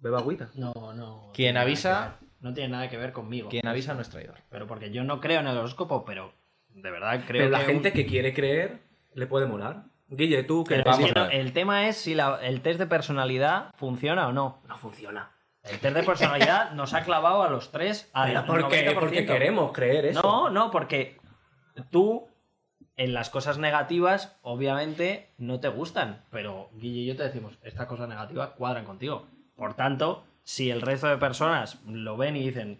S3: Beba agüita.
S2: No, no.
S1: Quien
S2: tiene nada
S1: avisa-
S2: que ver. No tiene nada que ver conmigo.
S1: Quien avisa no es traidor.
S2: Pero porque yo no creo en el horóscopo, pero de verdad creo
S3: Pero la
S2: que. un-
S3: gente que quiere creer le puede molar. Guille, tú que
S2: Pero
S1: Vamos
S2: es que
S1: a
S2: no-
S1: ver.
S2: el tema es si la- el test de personalidad funciona o no.
S3: no funciona.
S2: El test de personalidad nos ha clavado a los tres al
S3: Pero ¿por qué?
S2: 90%.
S3: Porque queremos creer eso.
S2: No, no, porque tú en las cosas negativas obviamente no te gustan, pero Guille y yo te decimos, estas cosas negativas cuadran contigo. Por tanto, si el resto de personas lo ven y dicen,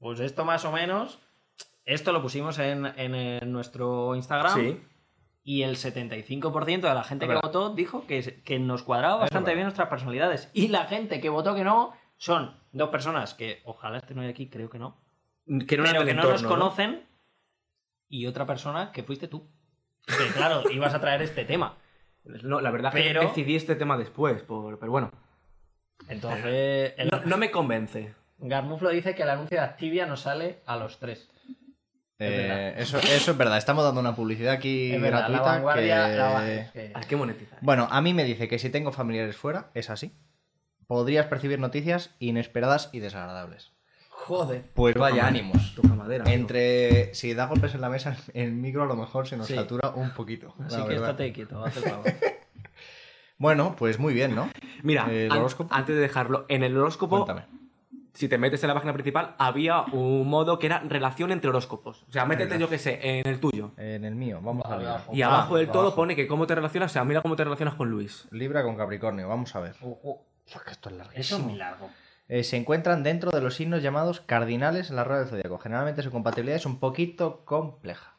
S2: pues esto más o menos, esto lo pusimos en, en, eh, nuestro Instagram.
S3: Sí.
S2: Y el 75% de la gente
S1: Es
S2: que
S1: verdad.
S2: votó dijo que, se- que nos cuadraba bastante
S1: verdad.
S2: bien nuestras personalidades. Y la gente que votó que no son dos personas que, ojalá estén hoy aquí, creo que no,
S3: Que no
S2: pero
S3: eran
S2: que
S3: del
S2: no
S3: entorno,
S2: nos conocen y otra persona que fuiste tú. Que claro, ibas a traer este tema.
S3: No, la verdad
S2: Pero-
S3: que decidí este tema después, por- pero bueno.
S2: Entonces, el
S3: No, no me convence.
S2: Garmuflo dice que el anuncio de Activia nos sale a los tres. Es
S1: Eh,
S2: verdad.
S1: eso, eso es verdad. Estamos dando una publicidad aquí
S2: Es verdad, la
S1: gratuita.
S2: vanguardia...
S1: que-
S2: la va- es que-
S3: Hay que monetizar.
S1: Bueno, a mí me dice que si tengo familiares fuera, es así. Podrías percibir noticias inesperadas y desagradables.
S2: Joder.
S1: Pues
S3: madera.
S1: vaya ánimos.
S3: Toca madera. amigo.
S1: Entre si da golpes en la mesa, el micro a lo mejor se nos
S2: Sí.
S1: satura un poquito.
S2: Así
S1: la
S2: que
S1: verdad.
S2: estate quieto, haz el favor.
S1: Bueno, pues muy bien, ¿no?
S3: Mira,
S1: ¿El
S3: an-
S1: horóscopo?
S3: antes de dejarlo, en el horóscopo,
S1: Cuéntame.
S3: si te metes en la página principal, había un modo que era relación entre horóscopos. O sea, métete, yo qué sé, en el tuyo.
S1: En el mío, vamos a ver.
S2: Abajo.
S3: Y
S2: Ah,
S3: abajo del todo
S2: abajo.
S3: pone que cómo te relacionas, o sea, mira cómo te relacionas con Luis.
S1: Ah, Libra con Capricornio, vamos a ver. Uf, que esto es
S2: Uh, Eso es
S1: larguísimo.
S2: muy largo.
S1: Eh, se encuentran dentro de los signos llamados cardinales en la rueda del zodiaco. Generalmente su compatibilidad es un poquito compleja.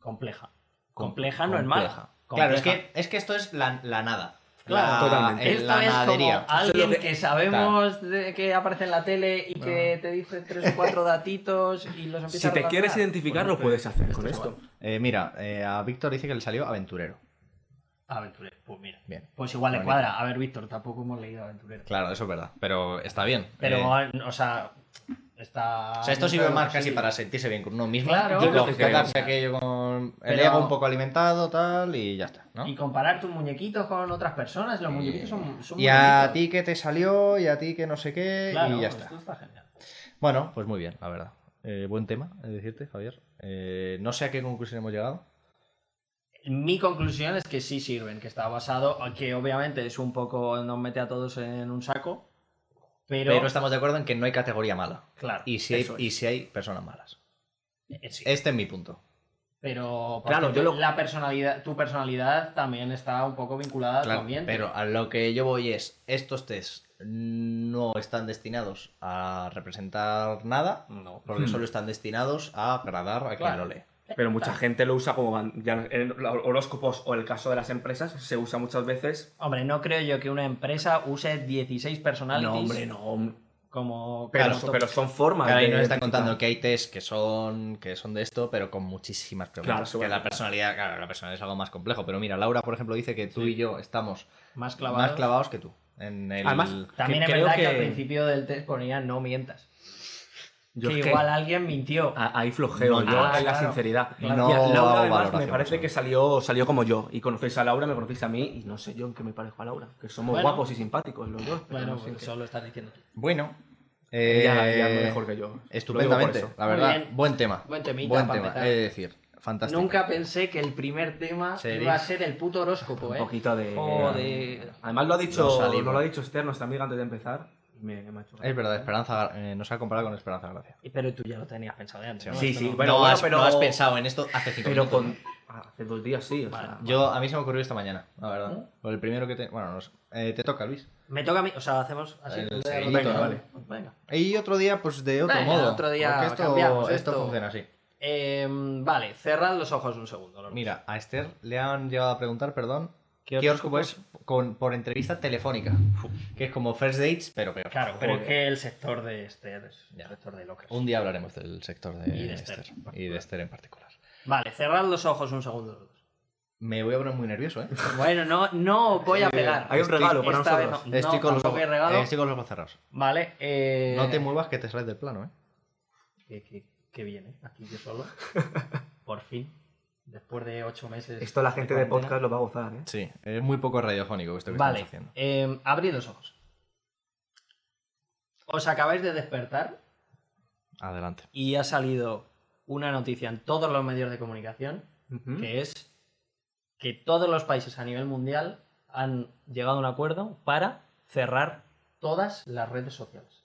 S2: Compleja.
S1: Com-
S2: Compleja no es mala.
S1: Claro, es
S2: Compleja.
S1: que, es que esto es la, la nada.
S2: Claro,
S1: la,
S3: totalmente.
S1: el-
S2: Esto
S1: la
S2: es
S1: nadería.
S2: como alguien
S3: Solo
S2: que...
S3: que-
S2: sabemos de- que aparece en la tele y que te dice tres o cuatro datitos y los empieza
S3: Si
S2: a
S3: te quieres
S2: relacionar.
S3: identificar,
S2: Bueno,
S3: lo puedes hacer
S2: esto
S3: con
S2: es
S3: esto.
S2: igual.
S1: Eh, mira, eh, a Víctor dice que le salió aventurero.
S2: Aventurero, pues mira.
S1: Bien.
S2: Pues igual le
S1: Bonito.
S2: cuadra. A ver, Víctor, tampoco hemos leído Aventurero.
S1: Claro, eso es verdad. Pero está bien.
S2: Pero,
S1: Eh,
S2: o sea, está...
S1: o sea, esto sirve
S2: dentro de lo
S1: más casi
S2: posible.
S1: para sentirse bien con uno mismo.
S2: Claro.
S1: Yo
S2: Yo creo
S3: que
S1: quedarse
S3: creo.
S1: aquello con el
S2: Pero-
S1: ego un poco alimentado, tal, y ya está, ¿no?
S2: Y comparar tus muñequitos con otras personas. Los muñequitos son, son
S1: Y
S2: muy
S1: a
S2: bonitos.
S1: ti que te salió, y a ti que no sé qué,
S2: Claro, pues,
S1: y ya
S2: esto
S1: está.
S2: genial.
S1: Bueno, pues muy bien, la verdad. Eh, buen tema, es decirte, Javier. Eh, no sé a qué conclusión hemos llegado.
S2: Mi conclusión es que sí sirven, que está basado, que obviamente es un poco, nos mete a todos en un saco, pero,
S1: Pero, estamos de acuerdo en que no hay categoría mala.
S2: claro,
S1: Y si, hay,
S2: eso es.
S1: y si hay personas malas.
S2: Eh, sí.
S1: Este es mi punto.
S2: pero por
S3: Claro,
S2: ejemplo,
S3: yo lo-
S2: la personalidad, tu personalidad también está un poco vinculada a tu
S1: Claro,
S2: ambiente.
S1: pero a lo que yo voy es, estos test no están destinados a representar nada,
S2: no.
S1: porque
S3: Hmm.
S1: solo están destinados a agradar a quien
S2: Claro.
S1: lo lee.
S3: Pero mucha gente lo usa como ban- ya en los horóscopos o el caso de las empresas se usa muchas veces.
S2: Hombre, no creo yo que una empresa use 16 personalities
S3: No, hombre, no. hombre.
S2: como
S3: Pero,
S2: claro,
S3: son-
S2: to-
S3: pero son formas
S1: Claro,
S3: de
S1: y nos están
S3: identificar.
S1: contando que hay test que son, que son de esto, pero con muchísimas preguntas.
S3: Claro,
S1: que la
S3: claro.
S1: personalidad, claro, la personalidad es algo más complejo. Pero mira, Laura, por ejemplo, dice que tú
S2: Sí.
S1: y yo estamos
S2: más clavados.
S1: más clavados que tú. En el...
S3: Además-
S2: También
S3: Que
S2: es
S3: creo
S2: verdad que...
S3: que
S2: al principio del test ponía no mientas.
S3: Yo
S2: que
S3: es que Ah,
S2: igual alguien mintió.
S3: a- ahí flojeo,
S1: No,
S3: yo
S2: ah,
S3: en la
S2: claro.
S3: sinceridad.
S1: No
S3: Mira,
S1: hago
S3: Laura además me
S1: valoración,
S3: parece
S1: no.
S3: que salió, salió como yo. Y conocéis a Laura, me conocéis a mí, y no sé yo en qué me parezco a Laura. Que somos
S2: Bueno.
S3: guapos y simpáticos los dos. pero
S2: bueno,
S3: no sé en
S2: pues
S1: ¿eh?
S3: qué.
S2: eso lo estás diciendo tú.
S1: Bueno.
S3: Ella- ella
S1: eh,
S3: es mejor que yo. Lo digo por
S1: Estupendamente,
S3: eso.
S1: la
S2: Muy
S1: verdad.
S2: bien.
S1: Buen tema.
S2: Buen temita
S1: Buen
S2: para
S1: tema,
S2: empezar.
S1: he de decir. Fantástico.
S2: Nunca pensé que el primer tema
S1: Serio.
S2: iba a ser el puto horóscopo,
S3: Un
S2: ¿eh?
S3: poquito de...
S2: Joder.
S3: Además lo ha dicho,
S1: No salimos.
S3: no lo ha dicho Esther, nuestra amiga, antes de empezar. y me- me ha hecho-
S1: Es verdad, Esperanza eh, nos ha comparado con Esperanza Gracia.
S2: Y- Pero tú ya lo tenías pensado de antes. ¿no?
S3: Sí,
S2: Esto
S3: sí,
S2: no-
S3: bueno,
S4: no,
S3: bueno,
S4: has,
S3: pero-
S4: no has pensado en esto hace cinco
S3: Pero
S4: minutos.
S3: con... ah, Hace dos días sí, o sea...
S1: Yo, a mí se me ocurrió esta mañana, la verdad. Por el primero que te. Bueno, no sé. Eh, te toca, Luis.
S2: Me toca a mí, o sea, hacemos así.
S1: El
S2: Venga,
S1: seguidito,
S2: venga,
S1: vale.
S2: Venga.
S1: Y otro día, pues de otro
S2: Venga,
S1: modo.
S2: otro día
S1: porque esto,
S2: cambiamos
S1: esto
S2: esto.
S1: funciona así.
S2: Eh, vale, cerrad los ojos un segundo. los
S1: Mira, a Esther le han llegado a preguntar, perdón,
S2: ¿Qué
S1: qué, horóscopo es con, por entrevista telefónica. Que es como first dates, pero peor.
S2: Claro, pero es
S1: Joder.
S2: que el sector de Esther es el
S1: Ya.
S2: sector de locas.
S1: Un día hablaremos del sector de,
S2: Y de Esther.
S1: Esther. Y de Esther en particular.
S2: Vale, cerrad los ojos un segundo.
S1: Me voy a poner muy nervioso, ¿eh?
S2: Bueno, no, no os voy a
S1: Eh,
S2: pegar.
S3: hay un regalo para
S2: esta vez
S3: nosotros.
S2: No,
S1: Estoy,
S2: no,
S1: con los
S2: tampoco
S1: ojos,
S2: hay regalo.
S1: eh, estoy con los ojos cerrados.
S2: Vale, eh...
S1: No te muevas que te sales del plano, ¿eh?
S2: Que, que- que bien, ¿eh? Aquí yo solo. Por fin. Después de ocho meses.
S3: Esto la gente de
S2: cuarentena.
S3: podcast lo va a gozar, ¿eh?
S1: Sí, es muy poco radiofónico esto que
S2: Vale,
S1: estamos haciendo.
S2: eh, abrid los ojos. Os acabáis de despertar
S1: Adelante.
S2: y ha salido una noticia en todos los medios de comunicación
S3: Ujú.
S2: que es que todos los países a nivel mundial han llegado a un acuerdo para cerrar todas las redes sociales.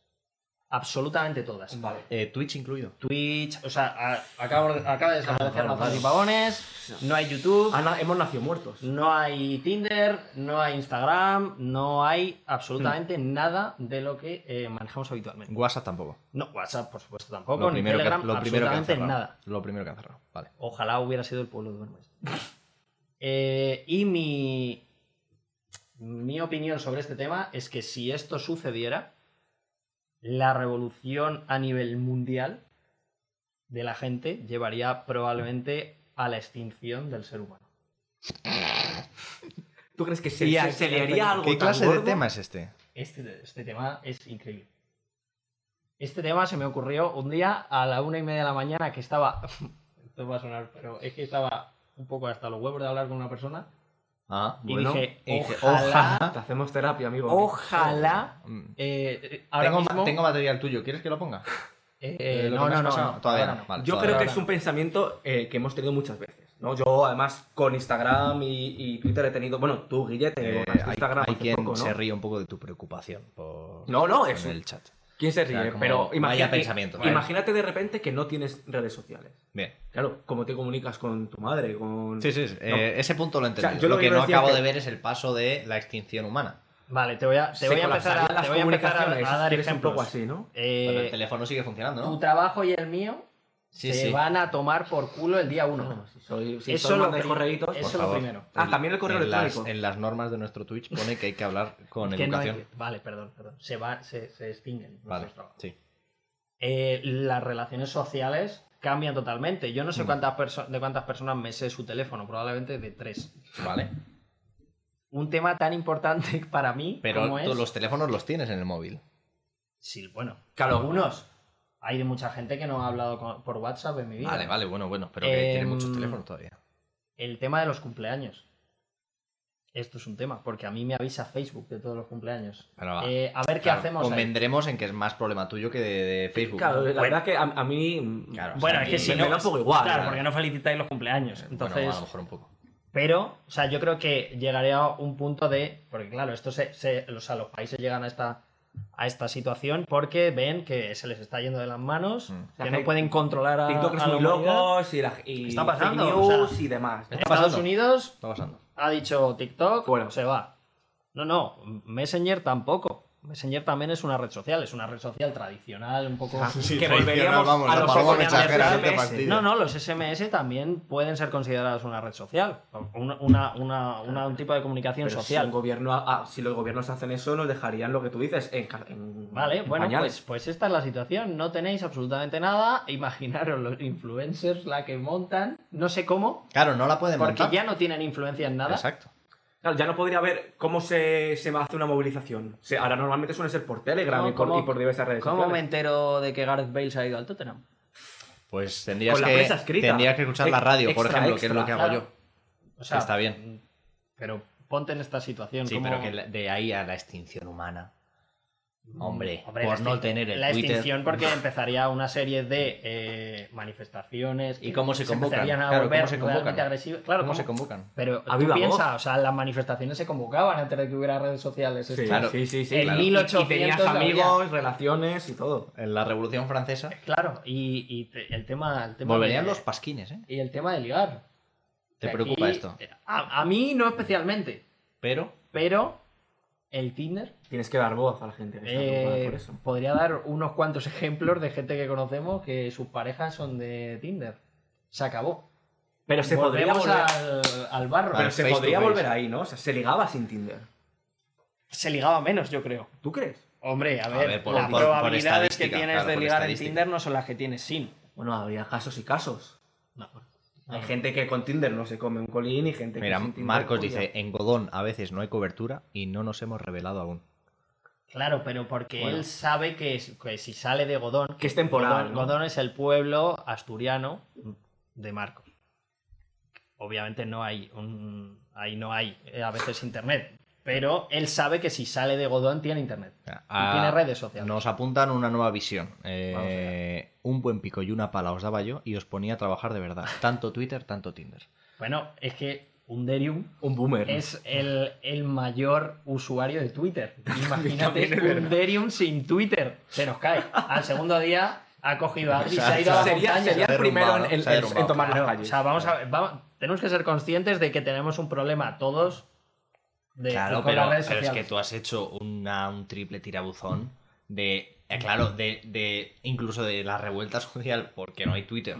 S2: Absolutamente todas.
S3: Vale.
S1: Eh, Twitch incluido.
S2: Twitch, o sea, a- acabo- acaba de desaparecer
S3: claro,
S2: los
S3: claro.
S2: pagones, no hay YouTube,
S3: Ana, Ah, hemos nacido muertos.
S2: no hay Tinder, no hay Instagram, no hay absolutamente
S1: Hmm.
S2: nada de lo que eh, manejamos habitualmente.
S1: WhatsApp tampoco.
S2: No, WhatsApp, por supuesto, tampoco, ni
S1: que-
S2: Telegram,
S1: lo primero que han
S2: absolutamente
S1: cerrado.
S2: nada.
S1: Lo primero que han cerrado. Vale.
S2: Ojalá hubiera sido el pueblo de Bermúdez. Eh, y mi, mi opinión sobre este tema es que si esto sucediera, la revolución a nivel mundial de la gente llevaría probablemente a la extinción del ser humano.
S3: ¿Tú crees que se,
S2: Y
S3: se,
S2: aquí-
S3: se liaría algo
S1: ¿Qué
S3: tan
S1: clase
S3: gordo?
S1: de tema es este?
S2: Este, este tema es increíble. Este tema se me ocurrió un día a la una y media de la mañana que estaba. Esto va a sonar, pero es que estaba un poco hasta los huevos de hablar con una persona.
S1: Ah,
S2: Y
S3: Bueno,
S2: dije,
S1: y dije,
S2: ojalá,
S3: Te hacemos terapia, amigo.
S2: ojalá.
S1: mm.
S2: eh, eh, ahora
S1: Tengo, ma-
S2: mismo,
S1: tengo material tuyo. ¿Quieres que lo ponga?
S2: eh,
S1: Eh, lo
S2: no,
S1: que me
S2: no,
S1: has
S2: no,
S1: pasado.
S2: no,
S1: Todavía
S2: ahora
S1: no. Vale,
S3: Yo
S1: todavía
S3: creo que
S1: no.
S3: es un pensamiento eh, que hemos tenido muchas veces. ¿no? Yo, además, con Instagram y, y Twitter he tenido. Bueno, tú, Guille, te
S1: Eh,
S3: borraste
S1: hay,
S3: Instagram.
S1: hay
S3: hace
S1: quien
S3: poco, ¿no?
S1: se ríe un poco de tu preocupación por
S3: No, no,
S1: en
S3: es.
S1: el chat.
S3: ¿Quién se
S1: sea,
S3: ríe?
S1: como
S3: Pero
S1: vaya
S3: imagínate,
S1: pensamiento.
S3: imagínate de repente que no tienes redes sociales.
S1: Bien.
S3: Claro, ¿cómo te comunicas con tu madre? Con...
S1: Sí, sí, sí. Eh, ese punto lo he entendido.
S3: Mm. O sea, yo
S1: lo,
S3: lo que
S1: que
S3: yo
S1: no
S3: decía
S1: acabo
S3: que-
S1: de ver es el paso de la extinción humana.
S2: Vale, te voy a, te
S3: Se
S2: voy a empezar
S3: colapsarían
S2: a,
S3: las
S2: te voy a, empezar a-
S3: comunicaciones.
S2: a dar
S3: Eres un
S2: ejemplos.
S3: poco así, ¿no?
S2: Eh,
S1: Pero el teléfono sigue funcionando,
S2: tu
S1: ¿no?
S2: trabajo y el mío
S1: Sí,
S2: se
S1: sí. Ah,
S2: van a tomar por culo el día uno.
S3: No, si soy, si
S2: Eso
S3: soy
S2: lo
S3: mandáis
S2: prim-
S3: correitos,
S2: eso
S3: por
S2: lo
S3: favor.
S2: primero.
S3: Ah, también el correo
S1: en las,
S3: electrónico.
S1: en las normas de nuestro Twitch pone que hay que hablar con
S2: Que no hay-
S1: educación.
S2: vale, perdón, perdón. Se, va, se, se extinguen. nuestros
S1: Vale,
S2: trabajos.
S1: sí.
S2: Eh, las relaciones sociales cambian totalmente. Yo no
S1: Mm.
S2: sé cuántas perso- de cuántas personas me sé su teléfono, probablemente de tres.
S1: Vale.
S2: Un tema tan importante para mí
S1: Pero
S2: como es...
S1: tú los teléfonos los tienes en el móvil.
S2: Sí, bueno.
S3: Claro.
S2: Algunos. Hay de mucha gente que no ha hablado con- por WhatsApp en mi vida.
S1: Vale, vale, bueno, bueno. Pero que
S2: Em,
S1: tienes muchos teléfonos todavía.
S2: El tema de los cumpleaños. Esto es un tema, porque a mí me avisa Facebook de todos los cumpleaños.
S1: Pero va,
S2: Eh, a
S1: Ah,
S2: ver qué
S1: claro,
S2: hacemos. ahí.
S1: Convendremos en que es más problema tuyo que de, de Facebook.
S3: Claro, la
S2: Bueno.
S3: verdad que a, a mí.
S1: Claro,
S2: Bueno,
S1: o sea,
S2: es que
S1: ni-
S2: si
S3: me
S2: no.
S3: da un poco igual,
S2: Claro,
S3: ¿eh?
S2: porque no felicitáis los cumpleaños. Entonces.
S1: Bueno, a lo mejor un poco.
S2: Pero, o sea, yo creo que llegaría a un punto de. Porque, claro, esto se, se- o sea, los países llegan a esta, a esta situación porque ven que se les está yendo de las manos,
S1: Mm.
S2: que
S3: O sea,
S2: no
S3: que
S2: pueden controlar a,
S3: TikTok es
S2: a la
S3: muy
S2: humanidad.
S3: locos y, la, y
S2: Está pasando,
S3: fake
S2: o
S3: news
S2: sea,
S3: y demás. ¿no?
S1: Está
S2: Estados
S1: pasando.
S2: Unidos
S1: Está pasando.
S2: ha dicho TikTok,
S3: Fuera.
S2: se va. No, no, Messenger tampoco. Messenger también es una red social, es una red social tradicional, un
S3: que
S2: poco.
S1: traicionar,
S3: volveríamos
S1: vamos,
S3: a
S1: la
S3: los
S1: paloma
S3: ojos de
S1: mensajera
S3: Andrés
S1: de este
S3: Gómez.
S1: partido.
S2: No, no, los SMS también pueden ser considerados una red social, una, una- una- una- un tipo de comunicación
S3: Pero Si,
S2: social.
S3: el gobierno, ah, si los gobiernos hacen eso, nos dejarían lo que tú dices en, ca- en-
S2: Vale,
S3: en
S2: bueno,
S3: pañales.
S2: pues, pues esta es la situación. No tenéis absolutamente nada. Imaginaros los influencers la que montan. No sé cómo,
S1: Claro, no la pueden
S2: porque
S1: montar.
S2: ya no tienen influencia en nada.
S1: Exacto.
S3: Claro, ya no podría ver cómo se, se hace una movilización. Se- ahora normalmente suele ser por Telegram
S2: No,
S3: y, por,
S2: ¿cómo-
S3: y por diversas redes
S2: ¿Cómo me
S3: sociales.
S2: entero de que Gareth Bale se ha ido al Tottenham?
S1: Pues tendrías
S3: Con la
S1: que,
S3: prensa escrita.
S1: tendrías que escuchar la
S3: Extra,
S1: radio, por
S3: extra,
S1: ejemplo, que es lo que
S3: extra,
S1: hago
S2: claro.
S1: yo.
S2: O sea,
S1: Está bien.
S2: Pero ponte en esta situación.
S1: Sí,
S2: ¿cómo-
S1: pero que la- de ahí a la extinción humana. Hombre,
S2: Hombre,
S1: por
S2: la
S1: no
S2: extin-
S1: tener el
S2: La
S1: Twitter.
S2: extinción porque empezaría una serie de eh, manifestaciones.
S1: ¿Y cómo se convocan?
S2: empezarían a
S1: Claro,
S2: volver
S1: ¿cómo se convocan?
S2: realmente agresivas. Claro,
S1: ¿Cómo
S2: ¿cómo-
S1: se convocan?
S2: Pero
S3: A
S2: tú
S3: viva
S2: piensa,
S3: voz.
S2: o sea, las manifestaciones se convocaban antes de que hubiera redes sociales.
S3: Sí,
S2: esto.
S1: claro.
S3: sí, sí, sí.
S2: En
S3: claro.
S2: 1800
S3: y tenías
S2: todavía.
S3: amigos, relaciones y todo.
S1: En la Revolución Francesa
S2: Claro, y, y te- el tema... El tema
S1: volverían
S2: de-
S1: los pasquines, ¿eh?
S2: Y el tema de ligar.
S1: Te
S2: Que
S1: preocupa
S2: aquí- eh,
S1: esto.
S2: A, a mí no especialmente,
S1: Pero
S2: pero el Tinder
S3: Tienes que dar voz a la gente que está preocupada
S2: eh,
S3: por eso.
S2: podría dar unos cuantos ejemplos de gente que conocemos que sus parejas son de Tinder. Se acabó.
S3: Pero se podría
S2: Volvemos
S3: volver,
S2: al, al barro.
S3: pero
S1: al
S3: se
S1: face to
S3: podría
S1: face.
S3: volver ahí, ¿no? O sea, se ligaba sin Tinder.
S2: Se ligaba menos, yo creo.
S3: ¿Tú crees?
S2: Hombre, a ver,
S1: ver, por-
S2: las
S1: por- por
S2: probabilidades que
S1: estadística,
S2: tienes
S1: claro,
S2: de
S1: por
S2: ligar en
S1: estadística.
S2: Tinder no son las que tienes sin.
S3: Bueno, habría casos y casos.
S2: No. Ah.
S3: Hay gente que con Tinder no se come un colín y gente
S1: Mira,
S3: que sin Tinder
S1: Marcos
S3: follan.
S1: dice, en Godón a veces no hay cobertura y no nos hemos revelado aún.
S2: Claro, pero porque
S3: Bueno.
S2: él sabe que, es- que si sale de Godón,
S3: que es temporal.
S2: Godón,
S3: ¿no?
S2: Godón es el pueblo asturiano de Marcos. Obviamente no hay un, ahí no hay eh, a veces internet, pero él sabe que si sale de Godón tiene internet.
S1: Ah,
S2: Y tiene redes sociales.
S1: Nos apuntan una nueva visión. Eh, un buen pico y una pala os daba yo y os ponía a trabajar de verdad. Tanto Twitter, tanto Tinder.
S2: Bueno, es que Underium
S3: Un boomer. ¿no?
S2: es el, el mayor usuario de Twitter. Imagínate
S3: También es verdad.
S2: Underium sin Twitter. Se nos cae. Al segundo día ha cogido a y se
S1: sea,
S2: ha ido a la
S3: sería
S2: montaña.
S3: sería el primero en,
S1: derrumbado,
S3: en-
S1: se ha
S3: en- en
S1: derrumbado.
S3: tomar las
S2: Claro,
S3: calles.
S2: o sea, vamos a ver, vamos- tenemos que ser conscientes de que tenemos un problema todos de,
S1: Claro,
S2: con
S1: pero,
S2: las redes
S1: pero es
S2: sociales.
S1: que tú has hecho una- un triple tirabuzón de, eh, claro, de, de- incluso de la revuelta social, porque no hay Twitter,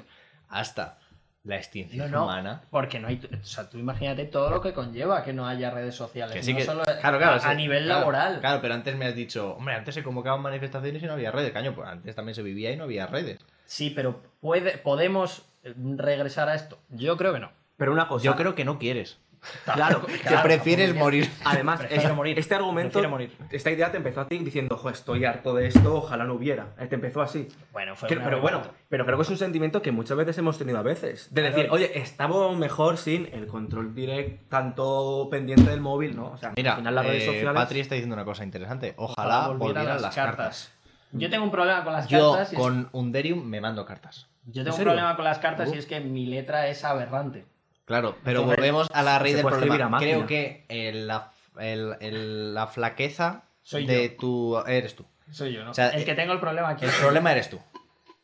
S1: hasta la extinción
S2: No, no,
S1: humana.
S2: porque no hay, o sea, tú imagínate todo lo que conlleva que no haya redes sociales,
S1: Que sí
S2: no
S1: que-
S2: solo
S1: claro, claro,
S2: a, a
S1: sí,
S2: nivel
S1: claro,
S2: laboral.
S1: Claro, pero antes me has dicho, hombre, antes se convocaban manifestaciones y no había redes, caño, pues antes también se vivía y no había redes.
S2: Sí, pero puede, podemos eh, regresar a esto. Yo creo que no.
S3: Pero una cosa.
S1: Yo creo que no quieres.
S3: Claro,
S1: Que
S2: Claro,
S1: prefieres
S2: tampoco
S1: morir.
S3: Además,
S2: Prefiero
S3: este,
S2: morir.
S3: este argumento,
S2: Prefiero morir.
S3: esta idea te empezó a ti diciendo, jo, estoy harto de esto, ojalá no hubiera. Eh, Te empezó así.
S2: Bueno, fue
S3: Que-
S2: un
S3: pero bueno,
S2: argumento.
S3: pero creo que es un sentimiento que muchas veces hemos tenido a veces. De
S2: Claro.
S3: decir, oye, estamos mejor sin el control direct tanto pendiente del móvil, ¿no? O sea,
S1: Mira,
S3: al final las redes
S1: eh,
S3: sociales...
S1: Patri está diciendo una cosa interesante. Ojalá, volvieran las, cartas.
S2: Yo tengo un problema con las
S1: Yo
S2: cartas. y es-
S1: con Underium me mando cartas.
S2: yo tengo un
S3: serio?
S2: problema con las cartas
S3: Uh.
S2: y es que mi letra es aberrante.
S1: Claro, pero
S3: Entonces,
S1: volvemos a la raíz
S3: se
S1: del
S3: puede escribir
S1: problema.
S3: a máquina.
S1: Creo que eh, la, el- el- la flaqueza
S2: Soy
S1: de tu... Eres tú.
S2: Soy yo, ¿no?
S1: O sea,
S2: el que
S1: eh,
S2: tengo el problema aquí.
S1: El problema eres tú.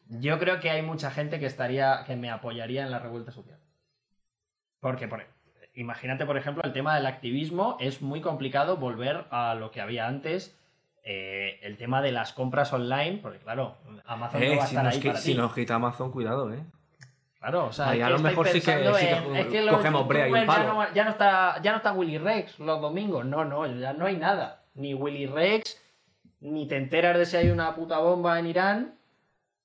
S2: Yo creo que hay mucha gente que estaría, que me apoyaría en la revuelta social. Porque, por, e, imagínate, por ejemplo, el tema del activismo es muy complicado volver a lo que había antes. eh, el tema de las compras online, porque claro, Amazon no
S3: Eh,
S2: va a
S3: si,
S2: estar
S3: nos,
S2: ahí
S3: qui-
S2: para
S3: si
S2: ti.
S3: nos quita Amazon, cuidado, ¿eh?
S2: Claro, o sea,
S3: Ahí
S2: es
S3: a
S2: que
S3: lo
S2: estoy
S3: mejor sí que-
S2: pensando
S3: sí que
S2: en- es que los
S3: cogemos brea y un
S2: youtubers ya
S3: palo.
S2: no- ya, no está, ya no está Willy Rex los domingos. No, no, ya no hay nada. Ni Willy Rex, ni te enteras de si hay una puta bomba en Irán.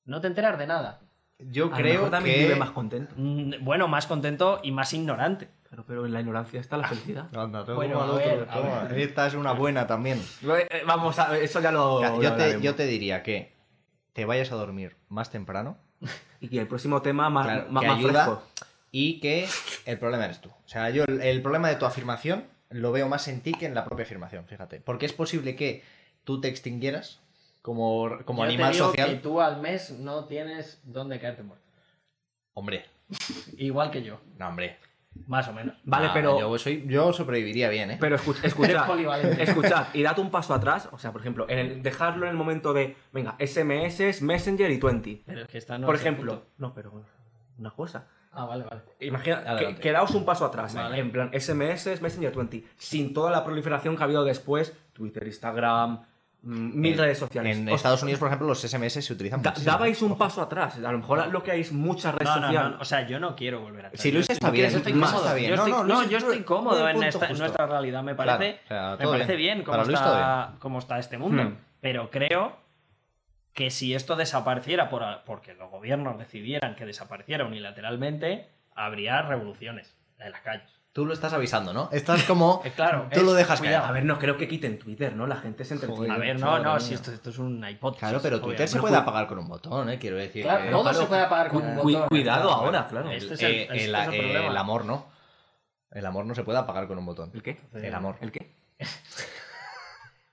S2: No te enteras de nada.
S1: Yo
S3: A lo
S1: creo
S3: mejor también
S1: que...
S3: vive más contento.
S2: Mm, Bueno, más contento y más ignorante.
S3: Pero, pero en la ignorancia está
S1: Ah.
S3: la felicidad.
S1: Anda, toma,
S2: Bueno, a
S1: otro,
S2: ver, a
S1: toma.
S2: ver.
S1: Esta es una buena también.
S3: Eh, eh, Vamos, a, eso ya lo... lo
S1: Yo te,
S3: hablaremos.
S1: yo te diría que te vayas a dormir más temprano
S3: Y el próximo tema más,
S1: Claro,
S3: más,
S1: que
S3: más
S1: ayuda.
S3: fresco.
S1: y que el problema eres tú. O sea, yo el, el problema de tu afirmación lo veo más en ti que en la propia afirmación, fíjate. Porque es posible que tú te extinguieras como, como
S2: Yo te
S1: animal
S2: digo
S1: social.
S2: Que tú al mes no tienes dónde caerte muerto.
S1: Hombre,
S2: Igual que yo,
S1: no, hombre.
S2: más o menos.
S3: Vale,
S1: Nah,
S3: pero...
S1: Ah, Yo, soy, yo sobreviviría bien, ¿eh?
S3: Pero escucha,
S2: Eres
S3: escuchad,
S2: polivalente.
S3: escuchad, y date un paso atrás, o sea, por ejemplo, en el- dejarlo en el momento de, venga, SMS, Messenger y 20.
S2: Pero es que esta no
S3: por
S2: es el
S3: ejemplo,
S2: punto.
S3: no, pero una cosa.
S2: Ah, vale, vale.
S3: Imagina, que,
S1: Adelante.
S3: quedaos un paso atrás,
S2: Vale.
S3: en plan SMS, Messenger 20, sin toda la proliferación que ha habido después, Twitter, Instagram, mm, mil
S1: En-
S2: Eh,
S3: redes sociales.
S1: En
S3: O sea,
S1: Estados Unidos, por ejemplo, los SMS se utilizan
S3: da-
S1: muchísimo.
S3: dabais un paso atrás, a lo mejor lo que hay es mucha red
S2: No, no,
S3: social.
S2: no, no, o sea, yo no quiero volver a
S1: Si Luis está bien,
S2: yo estoy
S1: Luis
S2: cómodo.
S1: está bien.
S2: Yo
S1: No,
S2: estoy,
S1: no,
S2: no,
S1: Luis
S2: yo
S1: es-
S2: estoy
S1: no,
S2: cómodo
S1: el
S2: en,
S1: punto
S2: esta- en
S1: justo.
S2: nuestra realidad. Me parece,
S1: Claro, o sea,
S2: me
S1: todo
S2: parece
S1: bien.
S2: bien, cómo,
S1: Para Luis todo
S2: está, cómo está este mundo.
S3: Hmm.
S2: Pero creo que si esto desapareciera por, a- porque los gobiernos decidieran que desapareciera unilateralmente, habría revoluciones en las calles.
S1: Tú lo estás avisando, ¿no?
S5: Estás como.
S2: Eh, claro,
S5: Tú
S2: es-
S5: lo dejas
S2: cuidado.
S5: caer.
S3: A ver, no creo que quiten Twitter, ¿no? La gente se entretiene.
S2: A ver, no,
S1: Madre
S2: no,
S1: mía.
S2: si esto, esto es un iPod.
S1: Claro, pero Twitter se
S2: obviamente.
S1: puede apagar con un botón, ¿eh? Quiero decir.
S2: Claro,
S1: eh,
S2: todo se puede apagar con
S1: cu-
S2: un
S1: cu-
S2: botón,
S1: Cuidado
S2: claro.
S1: ahora, claro.
S2: Este es el-
S1: Eh,
S2: este
S1: el-
S2: es el
S1: eh,
S2: problema.
S1: el amor no. El amor no se puede apagar con un botón.
S3: ¿El qué?
S1: El amor.
S3: ¿El qué?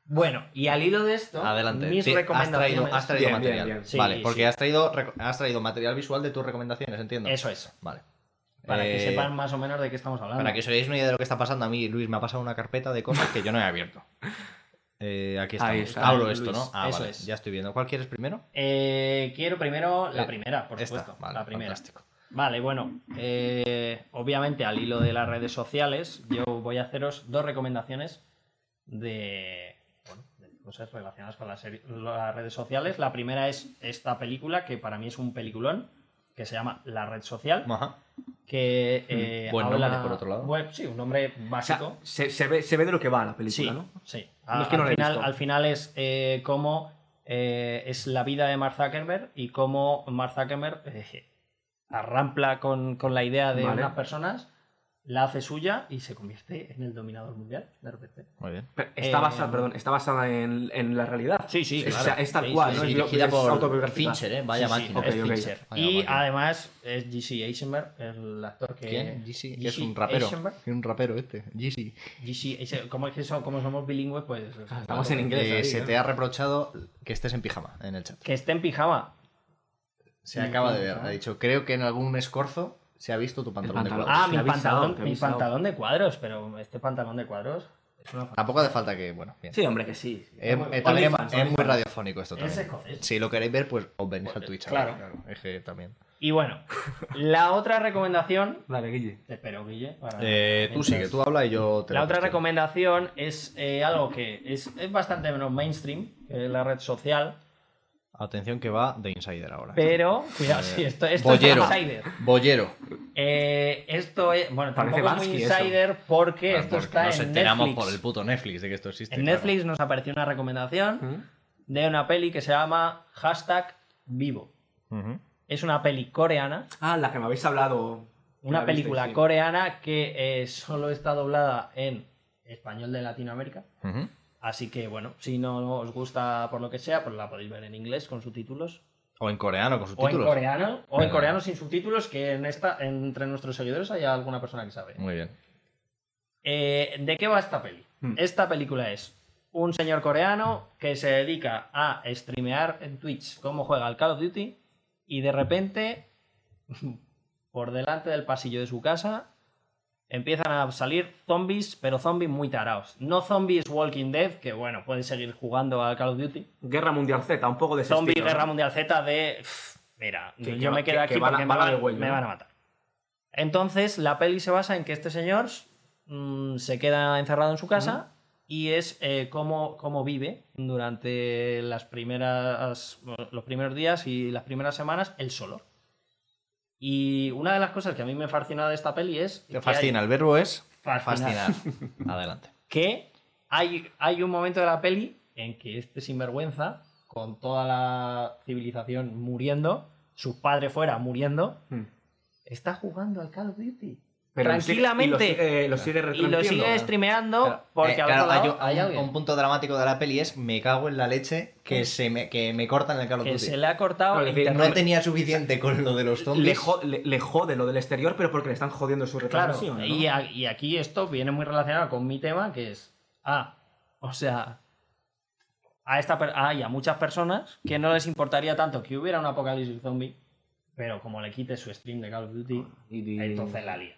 S2: Bueno, y al hilo de esto,
S1: Adelante.
S2: mis
S1: Te- has
S2: recomendaciones.
S1: traído, has traído
S3: Bien, bien,
S1: material.
S3: bien.
S2: Sí,
S1: vale,
S2: sí.
S1: porque has traído, reco- has traído material visual de tus recomendaciones, entiendo.
S2: Eso es.
S1: Vale.
S2: Para que
S1: Eh,
S2: sepan más o menos de qué estamos hablando.
S1: Para que os hagáis una idea de lo que está pasando, a mí Luis me ha pasado una carpeta de cosas que yo no he abierto. Eh, aquí
S3: Ahí
S1: estamos.
S3: está,
S1: Hablo
S2: Luis.
S1: esto, ¿no? Ah,
S2: Eso
S1: vale,
S2: es.
S1: Ya estoy viendo. ¿Cuál quieres primero?
S2: Eh, quiero primero la
S1: Eh,
S2: primera, por
S1: Esta.
S2: supuesto.
S1: Vale,
S2: la primera.
S1: fantástico.
S2: Vale, bueno, eh, obviamente al hilo de las redes sociales, yo voy a haceros dos recomendaciones de, bueno, de cosas relacionadas con las, seri- las redes sociales. La primera es esta película, que para mí es un peliculón, que se llama La Red Social,
S1: Ajá.
S3: Mm,
S2: que eh,
S1: Buen
S2: habla-
S1: nombre, por otro lado.
S2: Bueno, sí, un nombre
S3: O sea,
S2: básico.
S3: se, se ve, se ve de lo que va la película,
S2: sí,
S3: ¿no?
S2: sí.
S3: No es que
S2: al,
S3: no la he
S2: final,
S3: visto.
S2: al final es eh, cómo eh, es la vida de Mark Zuckerberg y cómo Mark Zuckerberg eh, arrampla con, con la idea de
S3: Vale.
S2: unas personas, la hace suya y se convierte en el dominador mundial de repente.
S1: Muy bien.
S3: Pero está
S2: Eh,
S3: basada, perdón, está basada en, en la realidad.
S2: Sí, sí,
S3: Es-
S2: claro.
S3: O sea, es tal
S2: Sí,
S3: cual,
S2: sí,
S3: ¿no?
S2: sí.
S3: Es lo-
S1: Dirigida
S3: es
S1: por
S3: autobiográfica.
S1: Fincher, ¿eh? Vaya
S2: Sí, sí,
S1: máquina.
S3: ok,
S2: es
S3: ok.
S2: Fincher.
S1: Vaya
S2: Y
S1: máquina.
S2: además es G.C. Eisenberg, el actor que...
S1: ¿Quién? Yeezy, que es
S2: G.C.
S1: un rapero.
S2: Eisenberg.
S1: Es un rapero este. Yeezy.
S2: G.C. Eisenberg. Como, es que so- como somos bilingües, pues...
S3: Estamos en inglés.
S1: Eh,
S3: ahí,
S1: se
S3: ¿eh?
S1: te ha reprochado que estés en pijama en el chat.
S2: Que esté en pijama.
S1: Se acaba de ver. Ha dicho, creo que en algún escorzo se ha visto tu pantalón de
S3: pantalón.
S1: cuadros.
S2: Ah,
S3: te
S2: mi
S3: he avisado, te
S2: pantalón,
S3: he
S2: mi
S3: avisado.
S2: pantalón de cuadros, pero este pantalón de cuadros es una fa-
S1: Tampoco hace falta que, bueno, bien.
S3: Sí, hombre, que sí.
S1: Eh, eh,
S3: OnlyFans,
S1: también
S3: OnlyFans.
S1: es muy radiofónico esto
S2: Es
S1: también.
S2: escocés.
S1: Si lo queréis ver, pues os venís al Twitch. ahora,
S2: claro.
S1: Es que también.
S2: Y bueno, la otra recomendación.
S3: Dale, Guille.
S2: Te espero, Guille. para-
S1: Eh, tú
S2: mientras-
S1: sigue, tú habla y yo te
S2: La
S1: lo
S2: otra
S1: cuestiono.
S2: recomendación es eh, algo que es, es bastante menos mainstream que la red social,
S1: Atención que va de Insider ahora.
S2: pero
S1: Eh,
S2: cuidado, sí, esto, esto es
S1: Bollero.
S2: insider.
S1: Bollero.
S2: Eh, esto es, bueno,
S3: Parece
S2: tampoco es muy
S3: Bansky eso.
S2: insider porque
S1: Claro,
S2: esto
S1: Ah, porque
S2: está
S1: pues nos
S2: en
S1: enteramos
S2: Netflix.
S1: por el puto Netflix de que esto existe.
S2: en
S1: claro.
S2: Netflix nos apareció una
S3: ¿Mm?
S2: recomendación
S1: Mm.
S2: de una peli que se llama hashtag vivo.
S1: Ujú.
S2: Es una peli coreana.
S3: Ah, la que me habéis hablado.
S2: Una
S3: La visteis,
S2: película
S3: sí.
S2: coreana que eh, solo está doblada en español de Latinoamérica.
S1: Ujú.
S2: Así que, bueno, si no os gusta por lo que sea, pues la podéis ver en inglés con subtítulos.
S1: O en coreano con
S2: O en
S1: subtítulos.
S2: coreano. O en
S1: Verdad.
S2: coreano sin subtítulos, que en esta, entre nuestros seguidores hay alguna persona que sabe.
S1: Muy bien.
S2: Eh, ¿De qué va esta peli?
S3: Hmm.
S2: Esta película es un señor coreano que se dedica a streamear en Twitch cómo juega al Call of Duty y de repente, por delante del pasillo de su casa, empiezan a salir zombies, pero zombies muy taraos. No zombies Walking Dead, que bueno, pueden seguir jugando al Call of Duty.
S3: Guerra Mundial Z, un poco de ese
S2: Zombie
S3: estilo, ¿no?
S2: Guerra Mundial Z de. pff, Mira,
S3: Que-
S2: yo
S3: que
S2: me
S3: va-
S2: quedo
S3: que-
S2: aquí
S3: que van a-
S2: porque me,
S3: van a
S2: van,
S3: de huello,
S2: me
S3: ¿no?
S2: van a matar. Entonces, la peli se basa en que este señor mm, se queda encerrado en su casa y es eh, cómo, cómo vive durante las primeras, los primeros días y las primeras semanas él solo. Y una de las cosas que a mí me fascina de esta peli es. que
S1: Te
S2: hay-
S1: fascina, el verbo es
S2: Fascinar.
S1: fascinar. Adelante.
S2: que hay, hay un momento de la peli en que este sinvergüenza, con toda la civilización muriendo, sus padres fuera muriendo,
S3: Mm.
S2: está jugando al Call of Duty.
S3: Pero lo sigue-
S2: Tranquilamente.
S3: y lo sigue- eh, lo sigue
S2: Y lo
S3: retransmitiendo,
S2: sigue
S3: ¿no?
S2: streameando
S1: Claro,
S2: porque
S1: eh,
S2: al
S1: claro,
S2: otro lado
S1: hay, un-
S2: hay
S1: un,
S2: alguien
S1: un punto dramático de la peli es me cago en la leche que se me, que me cortan el Call of
S2: que
S1: Duty.
S2: se le ha cortado
S3: Claro,
S2: el
S3: que
S1: No
S2: internet.
S1: tenía suficiente con lo de los zombies.
S3: Le, jo- le- le jode lo del exterior, pero porque le están jodiendo su
S2: Claro,
S3: retransmisión. ¿no?
S2: y, a- y aquí esto viene muy relacionado con mi tema, que es, ah, o sea, a esta per- ah, y a muchas personas que no les importaría tanto que hubiera un apocalipsis zombie, pero como le quite su stream de Call of Duty,
S3: Y- y-
S2: entonces la lía.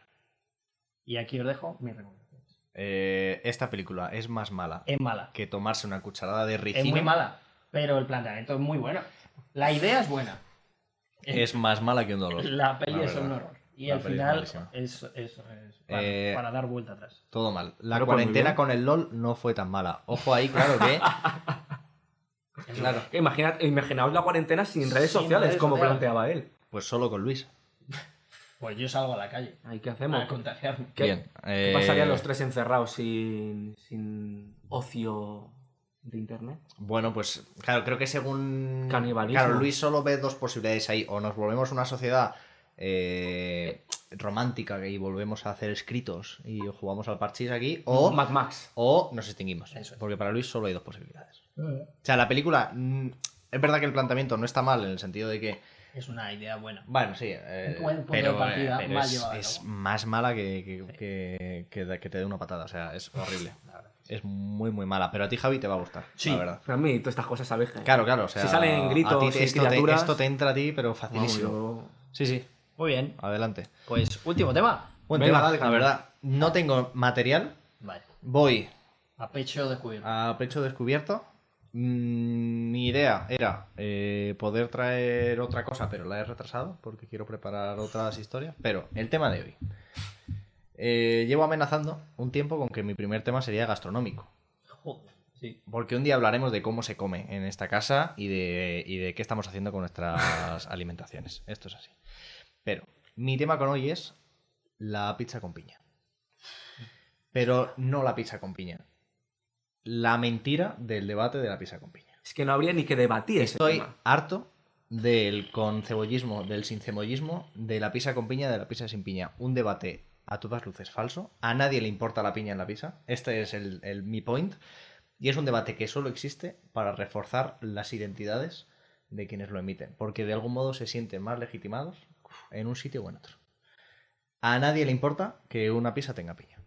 S2: Y aquí os dejo mi recomendación.
S1: Eh, esta película es más mala
S2: Es mala,
S1: que tomarse una cucharada de
S2: Eh. es
S1: ricino.
S2: muy mala, pero el planteamiento es muy bueno. La idea es buena,
S1: Es más mala que un dolor.
S2: la peli
S1: La
S2: es un
S1: verdad.
S2: horror. Y
S1: La
S2: al
S1: peli es
S2: final
S1: malísima.
S2: es, es- es para,
S1: Eh,
S2: para dar vuelta atrás.
S1: Todo mal. La
S3: Pero pues, muy
S1: cuarentena
S3: bien.
S1: con el LOL no fue tan mala. Ojo ahí, claro que. claro.
S3: Imagina- imaginaos la cuarentena sin redes
S2: Sin
S3: sociales,
S2: redes
S3: como
S2: sociales.
S3: planteaba él.
S1: Pues solo con Luis.
S2: Pues yo salgo a la calle
S3: Ay, ¿Qué hacemos?
S2: a contagiarme.
S3: ¿Qué,
S1: Bien.
S3: qué
S1: eh,
S3: pasarían los tres encerrados sin, sin ocio de internet?
S1: Bueno, pues claro, creo que según.
S3: Canibalismo.
S1: Claro, Luis solo ve dos posibilidades ahí. O nos volvemos una sociedad eh, romántica y volvemos a hacer escritos y jugamos al parchís aquí, o,
S3: Mad Max.
S1: o nos extinguimos.
S2: Eso es.
S1: Porque para Luis solo hay dos posibilidades. O sea, la película, mm, es verdad que el planteamiento no está mal en el sentido de que,
S2: Es una idea buena.
S1: bueno, sí, eh,
S2: Un buen punto de
S1: pero, eh,
S2: partida,
S1: pero
S2: mal
S1: es,
S2: llevado a
S1: es
S2: cabo.
S1: más mala que, que- que- que da- que te dé una patada, o sea, es horrible. Es muy, muy mala, pero a ti, Javi, te va a gustar,
S2: Sí.
S1: la verdad.
S3: Para mí, todas estas cosas sabes que.
S1: Claro, claro, o sea,
S3: Si salen gritos
S1: a ti
S3: y
S1: esto, te,
S3: criaturas-
S1: esto te entra a ti, pero
S3: Vamos,
S1: facilísimo.
S3: yo-
S1: Sí, sí,
S2: Muy bien.
S1: adelante.
S2: Pues último tema.
S1: Buen
S3: Venga,
S1: tema,
S3: dale,
S1: la
S3: Javi.
S1: verdad. No tengo material.
S2: Vale.
S1: Voy
S2: A pecho descubierto.
S1: a pecho descubierto. Mm, Mi idea era eh, poder traer otra cosa, pero la he retrasado porque quiero preparar otras historias. Pero el tema de hoy. Eh, llevo amenazando un tiempo con que mi primer tema sería gastronómico.
S2: Joder, sí.
S1: Porque un día hablaremos de cómo se come en esta casa y de, y de qué estamos haciendo con nuestras alimentaciones. Esto es así. Pero mi tema con hoy es la pizza con piña. Pero no la pizza con piña. La mentira del debate de la pizza con piña.
S3: Es que no habría ni que debatir ese
S1: Estoy
S3: tema.
S1: harto del con cebollismo, del sin cebollismo, de la pizza con piña, de la pizza sin piña. Un debate a todas luces falso. A nadie le importa la piña en la pizza. Este es el, el- mi point. Y es un debate que solo existe para reforzar las identidades de quienes lo emiten. Porque de algún modo se sienten más legitimados en un sitio o en otro. A nadie le importa que una pizza tenga piña.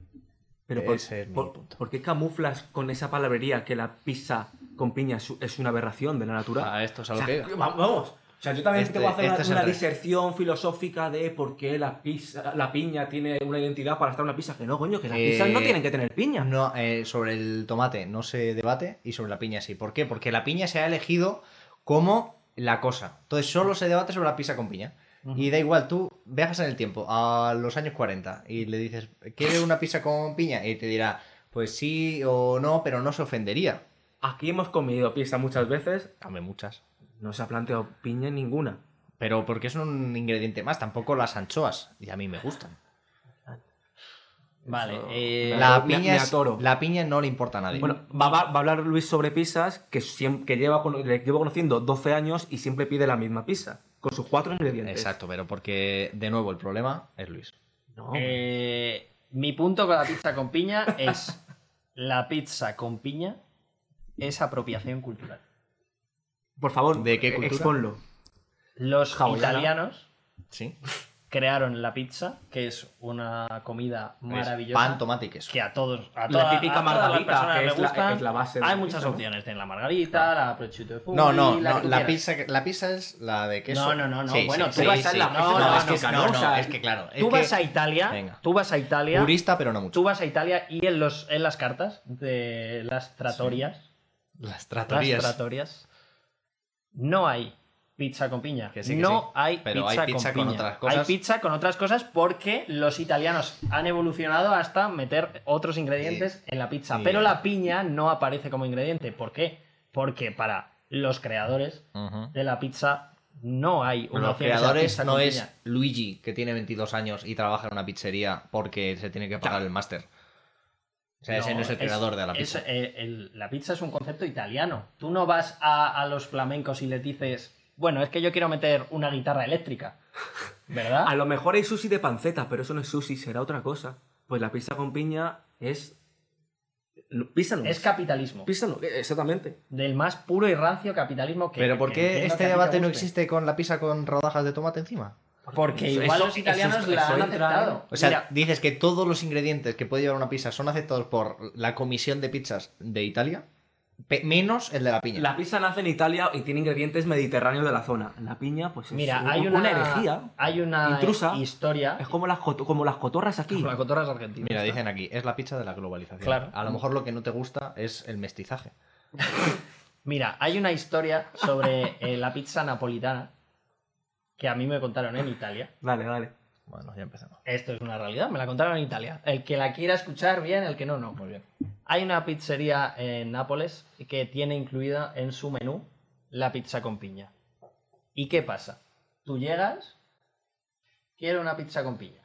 S3: Pero por,
S1: ese es mi
S3: por-
S1: punto.
S3: ¿por qué camuflas con esa palabrería que la pizza con piña es- es una aberración de la naturaleza?
S1: A esto Ah, es a
S3: O
S1: lo
S3: sea,
S1: que
S3: que- va- vamos. O sea, yo también
S1: Este-
S3: te voy a hacer
S1: este es el
S3: una, una
S1: rey.
S3: diserción filosófica de por qué la, pizza, la piña tiene una identidad para estar en una pizza. Que no, coño, que las
S1: Eh,
S3: pizzas no tienen que tener piña.
S1: No, eh, sobre el tomate no se debate y sobre la piña sí. ¿Por qué? Porque la piña se ha elegido como la cosa. Entonces solo se debate sobre la pizza con piña. Y da igual, tú viajas en el tiempo a los años 40 y le dices, ¿quieres una pizza con piña? Y te dirá, pues sí o no, pero no se ofendería.
S3: Aquí hemos comido pizza muchas veces,
S1: Dame muchas.
S3: no se ha planteado piña en ninguna.
S1: Pero porque es un ingrediente más, tampoco las anchoas. Y a mí me gustan.
S2: Vale.
S3: Eso-
S2: eh,
S1: La
S3: Me- me
S1: piña, es-
S3: atoro.
S1: la piña no le importa a nadie.
S3: Bueno, va, va- va a hablar Luis sobre pizzas que, siem- que lleva, con- le llevo conociendo 12 años y siempre pide la misma pizza, con sus cuatro ingredientes.
S1: Exacto, pero porque, de nuevo, el problema es Luis.
S3: No,
S2: eh, mi punto con la pizza con piña es: la pizza con piña es apropiación cultural.
S3: por favor, eh,
S1: ¿de qué cultura?
S3: exponlo.
S2: Los
S3: Hawaiana.
S2: italianos
S1: Sí.
S2: crearon la pizza, que es una comida maravillosa.
S1: Pan, tomate y queso.
S2: que a todos, a
S3: La
S2: toda-
S3: típica
S2: a todas las
S3: margarita,
S2: personas
S3: que
S2: les
S3: es la-
S2: gustan.
S3: es la base de
S2: Hay
S3: la
S2: muchas
S3: pizza, ¿no?
S2: opciones. Tienen la margarita, la prosciutto de full,
S1: No, no,
S2: la,
S1: no,
S2: que tú
S1: la
S2: quieras.
S1: pizza, que- la pizza es la de queso.
S2: No, no, no, no.
S1: Sí,
S2: bueno,
S1: sí,
S2: tú
S1: sí,
S2: vas a
S1: sí.
S2: la
S1: No, no,
S2: no,
S1: es que, no,
S2: no,
S3: no,
S1: no,
S3: no.
S1: es que claro. es
S2: Tú
S1: que
S2: vas a Italia,
S1: Venga.
S2: tú vas a Italia,
S1: Purista, pero no mucho.
S2: tú vas a Italia y en los en las cartas de las trattorias,
S1: Las
S2: las
S1: tratorías.
S2: trattorias no hay pizza con piña.
S1: Que sí, que
S2: no
S1: sí.
S2: hay,
S1: Pero hay
S2: pizza
S1: pizza
S2: con,
S1: con
S2: piña.
S1: otras cosas.
S2: Hay pizza con otras cosas porque los italianos han evolucionado hasta meter otros ingredientes en la pizza.
S1: sí.
S2: Pero la piña no aparece como ingrediente. ¿Por qué? Porque para los creadores
S1: Ujú.
S2: de la pizza no hay una
S1: Los
S2: opción que sea
S1: creadores
S2: pizza con
S1: no es
S2: piña.
S1: Luigi, que tiene 22 años y trabaja en una pizzería porque se tiene que pagar el máster. O sea, ese no es el
S2: es-
S1: creador de la
S2: es,
S1: pizza.
S2: eh, el- la pizza es un concepto italiano. Tú no vas a, a los flamencos y les dices, bueno, es que yo quiero meter una guitarra eléctrica. ¿Verdad?
S3: A lo mejor hay sushi de panceta, pero eso no es sushi, será otra cosa. Pues la pizza con piña es. no, Pizza no
S2: Es
S3: es.
S2: capitalismo.
S3: Pizza no es, eh, exactamente.
S2: Del más puro y rancio capitalismo que.
S1: Pero ¿por
S2: que
S1: qué
S2: entiendo
S1: este
S2: que a ti te
S1: debate no
S2: guste.
S1: existe con la pizza con rodajas de tomate encima?
S2: Porque
S3: Eso-
S2: igual
S3: eso-
S2: los italianos
S3: eso-
S2: la
S3: eso
S2: han
S3: entra en-
S2: aceptado.
S1: O sea,
S2: Mira,
S1: dices que todos los ingredientes que puede llevar una pizza son aceptados por la Comisión de Pizzas de Italia, pe- menos el de la piña.
S3: La pizza nace en Italia y tiene ingredientes mediterráneos de la zona. La piña, pues es
S2: mira,
S3: un-
S2: hay una,
S3: herejía.
S2: Hay una
S3: intrusa.
S2: historia.
S3: Es como las, cot- como las cotorras aquí.
S2: Como la cotorra es argentina.
S1: Mira,
S2: Está.
S1: dicen aquí, es la pizza de la globalización.
S2: Claro.
S1: A lo mejor lo que no te gusta es el mestizaje.
S2: Mira, hay una historia sobre eh, la pizza napolitana que a mí me contaron en Italia.
S3: Dale, dale.
S1: Bueno, ya empezamos.
S2: Esto es una realidad, me la contaron en Italia. El que la quiera escuchar bien, el que no, no. Muy bien. Hay una pizzería en Nápoles que tiene incluida en su menú la pizza con piña. ¿Y qué pasa? Tú llegas, quiero una pizza con piña.